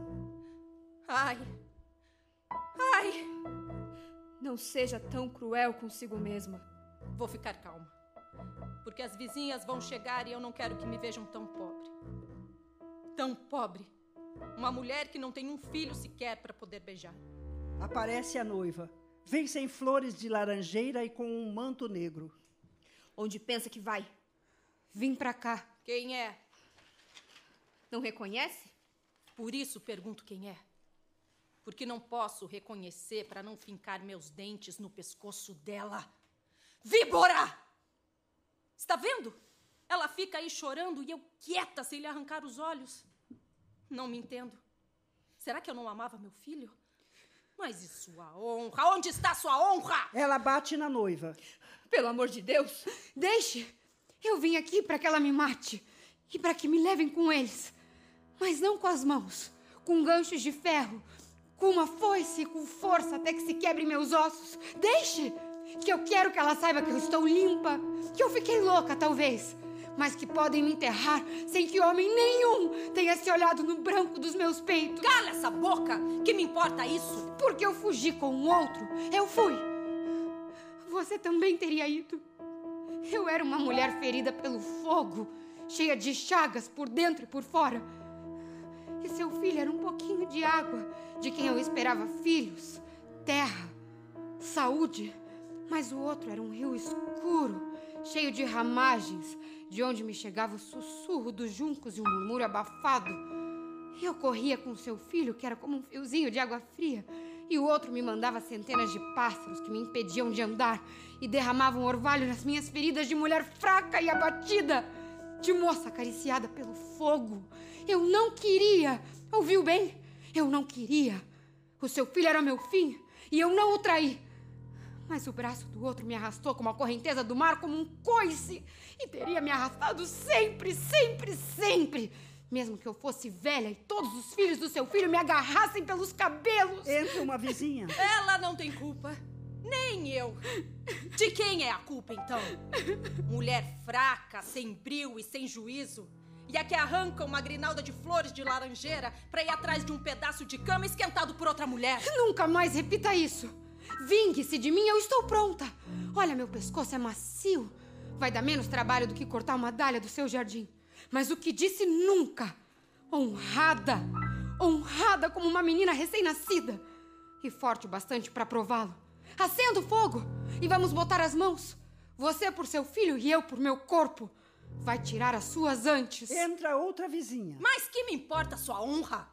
E: Ai. Ai.
G: Não seja tão cruel consigo mesma.
E: Vou ficar calma. Porque as vizinhas vão chegar e eu não quero que me vejam tão pobre. Tão pobre. Uma mulher que não tem um filho sequer para poder beijar.
C: Aparece a noiva. Vem sem flores de laranjeira e com um manto negro.
G: Onde pensa que vai?
M: Vim pra cá.
E: Quem é?
G: Não reconhece?
E: Por isso pergunto quem é. Porque não posso reconhecer para não fincar meus dentes no pescoço dela. Víbora! Está vendo? Ela fica aí chorando e eu quieta sem lhe arrancar os olhos. Não me entendo. Será que eu não amava meu filho? Mas e sua honra? Onde está sua honra?
C: Ela bate na noiva.
G: Pelo amor de Deus,
M: deixe! Eu vim aqui para que ela me mate e para que me levem com eles. Mas não com as mãos, com ganchos de ferro, com uma foice e com força até que se quebrem meus ossos. Deixe! Que eu quero que ela saiba que eu estou limpa, que eu fiquei louca, talvez, mas que podem me enterrar sem que homem nenhum tenha se olhado no branco dos meus peitos.
E: Cala essa boca! Que me importa isso?
M: Porque eu fugi com um outro, eu fui. Você também teria ido. Eu era uma mulher ferida pelo fogo, cheia de chagas por dentro e por fora. E seu filho era um pouquinho de água, de quem eu esperava filhos, terra, saúde. Mas o outro era um rio escuro, cheio de ramagens, de onde me chegava o sussurro dos juncos e um murmúrio abafado. Eu corria com seu filho, que era como um fiozinho de água fria, e o outro me mandava centenas de pássaros que me impediam de andar e derramavam orvalho nas minhas feridas de mulher fraca e abatida, de moça acariciada pelo fogo. Eu não queria, ouviu bem? Eu não queria. O seu filho era meu fim e eu não o traí. Mas o braço do outro me arrastou como a correnteza do mar, como um coice, e teria me arrastado sempre, sempre, sempre. Mesmo que eu fosse velha e todos os filhos do seu filho me agarrassem pelos cabelos.
C: Entra uma vizinha.
E: Ela não tem culpa. Nem eu. De quem é a culpa, então? Mulher fraca, sem bril e sem juízo. E a que arranca uma grinalda de flores de laranjeira para ir atrás de um pedaço de cama esquentado por outra mulher.
M: Nunca mais repita isso. Vingue-se de mim, eu estou pronta. Olha, meu pescoço é macio. Vai dar menos trabalho do que cortar uma dália do seu jardim mas o que disse nunca. Honrada, honrada como uma menina recém-nascida. E forte o bastante para prová-lo. Acenda o fogo e vamos botar as mãos. Você por seu filho e eu por meu corpo. Vai tirar as suas antes.
C: Entra outra vizinha.
E: Mas que me importa sua honra?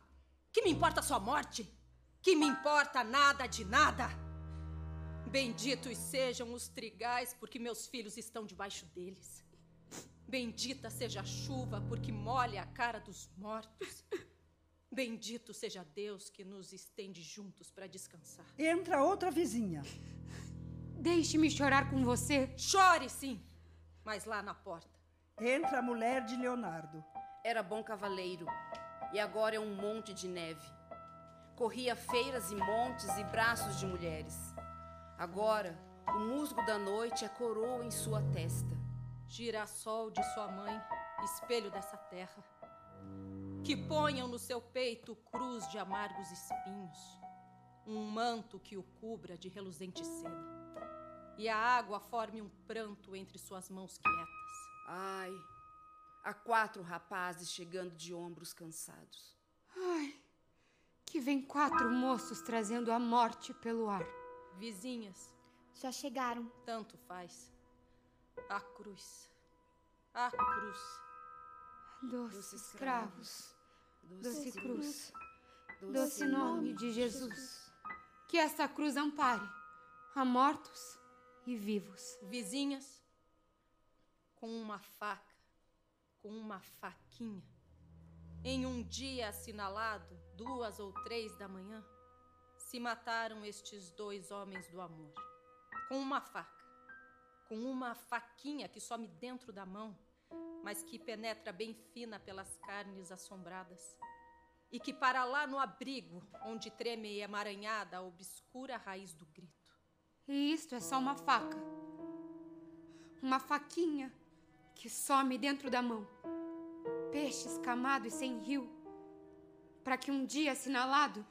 E: Que me importa sua morte? Que me importa nada de nada? Benditos sejam os trigais, porque meus filhos estão debaixo deles. Bendita seja a chuva, porque molha a cara dos mortos. Bendito seja Deus que nos estende juntos para descansar.
C: Entra outra vizinha.
M: Deixe-me chorar com você.
E: Chore, sim, mas lá na porta.
C: Entra a mulher de Leonardo.
H: Era bom cavaleiro e agora é um monte de neve. Corria feiras e montes e braços de mulheres. Agora, o musgo da noite é coroa em sua testa
E: girassol de sua mãe, espelho dessa terra. Que ponham no seu peito cruz de amargos espinhos, um manto que o cubra de reluzente seda, e a água forme um pranto entre suas mãos quietas.
H: Ai, há quatro rapazes chegando de ombros cansados.
M: Ai, que vem quatro moços trazendo a morte pelo ar.
E: Vizinhas.
K: Já chegaram.
E: Tanto faz. A cruz. A cruz.
M: Doces cravos. Doce cruz. Doce nome de Jesus. Que esta cruz ampare a mortos e vivos.
E: Vizinhas, com uma faca, com uma faquinha, em um dia assinalado, duas ou três da manhã, se mataram estes dois homens do amor. Com uma faca com uma faquinha que some dentro da mão, mas que penetra bem fina pelas carnes assombradas, e que para lá no abrigo, onde treme e amaranhada a obscura raiz do grito.
M: E isto é só uma faca. Uma faquinha que some dentro da mão. Peixe escamado e sem rio, para que um dia assinalado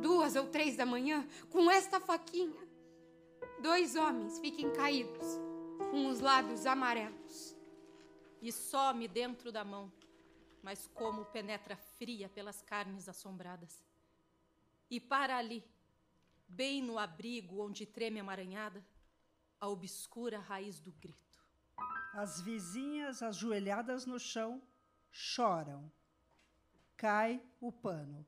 M: duas ou três da manhã, com esta faquinha. Dois homens fiquem caídos, com os lábios amarelos.
E: E some dentro da mão, mas como penetra fria pelas carnes assombradas. E para ali, bem no abrigo onde treme amaranhada, a obscura raiz do grito.
C: As vizinhas ajoelhadas no chão choram. Cai o pano.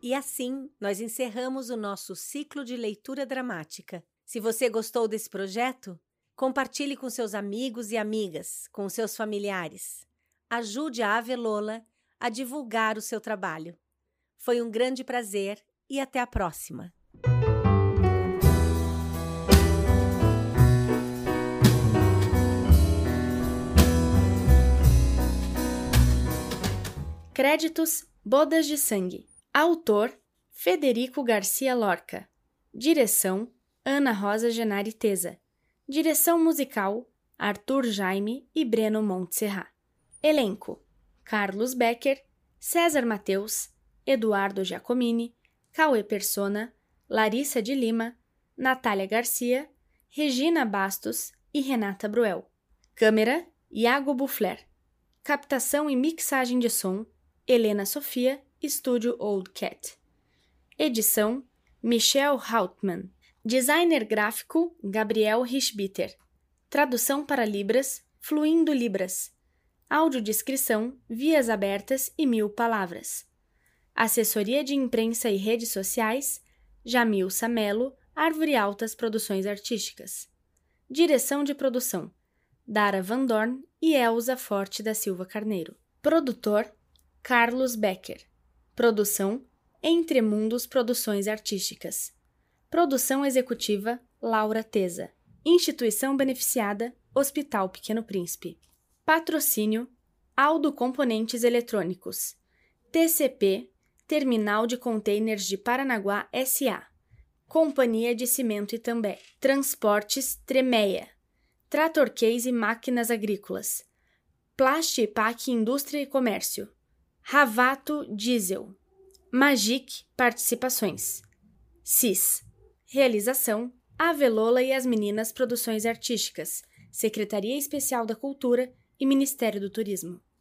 B: E assim nós encerramos o nosso ciclo de leitura dramática. Se você gostou desse projeto, compartilhe com seus amigos e amigas, com seus familiares. Ajude a Avelola a divulgar o seu trabalho. Foi um grande prazer e até a próxima!
A: Créditos Bodas de Sangue. Autor Federico Garcia Lorca. Direção Ana Rosa Genari Teza. Direção musical Arthur Jaime e Breno Montserrat. Elenco: Carlos Becker, César Mateus, Eduardo Giacomini, Cauê Persona, Larissa de Lima, Natália Garcia, Regina Bastos e Renata Bruel. Câmera: Iago Buffler. Captação e mixagem de som: Helena Sofia Estúdio Old Cat. Edição: Michel Hautman. Designer gráfico: Gabriel Richbitter. Tradução para Libras: Fluindo Libras. Audiodescrição: Vias abertas e mil palavras. Assessoria de imprensa e redes sociais: Jamil Samelo, Árvore Altas Produções Artísticas. Direção de produção: Dara Van Dorn e Elza Forte da Silva Carneiro. Produtor: Carlos Becker. Produção: Entre Mundos Produções Artísticas. Produção executiva: Laura Teza. Instituição beneficiada: Hospital Pequeno Príncipe. Patrocínio: Aldo Componentes Eletrônicos. TCP: Terminal de Containers de Paranaguá SA. Companhia de Cimento Itambé. Transportes Tremeia. Trator Case Máquinas Agrícolas. Plast Pac Indústria e Comércio. Ravato Diesel. Magic Participações. CIS. Realização: Avelola e as Meninas Produções Artísticas, Secretaria Especial da Cultura e Ministério do Turismo.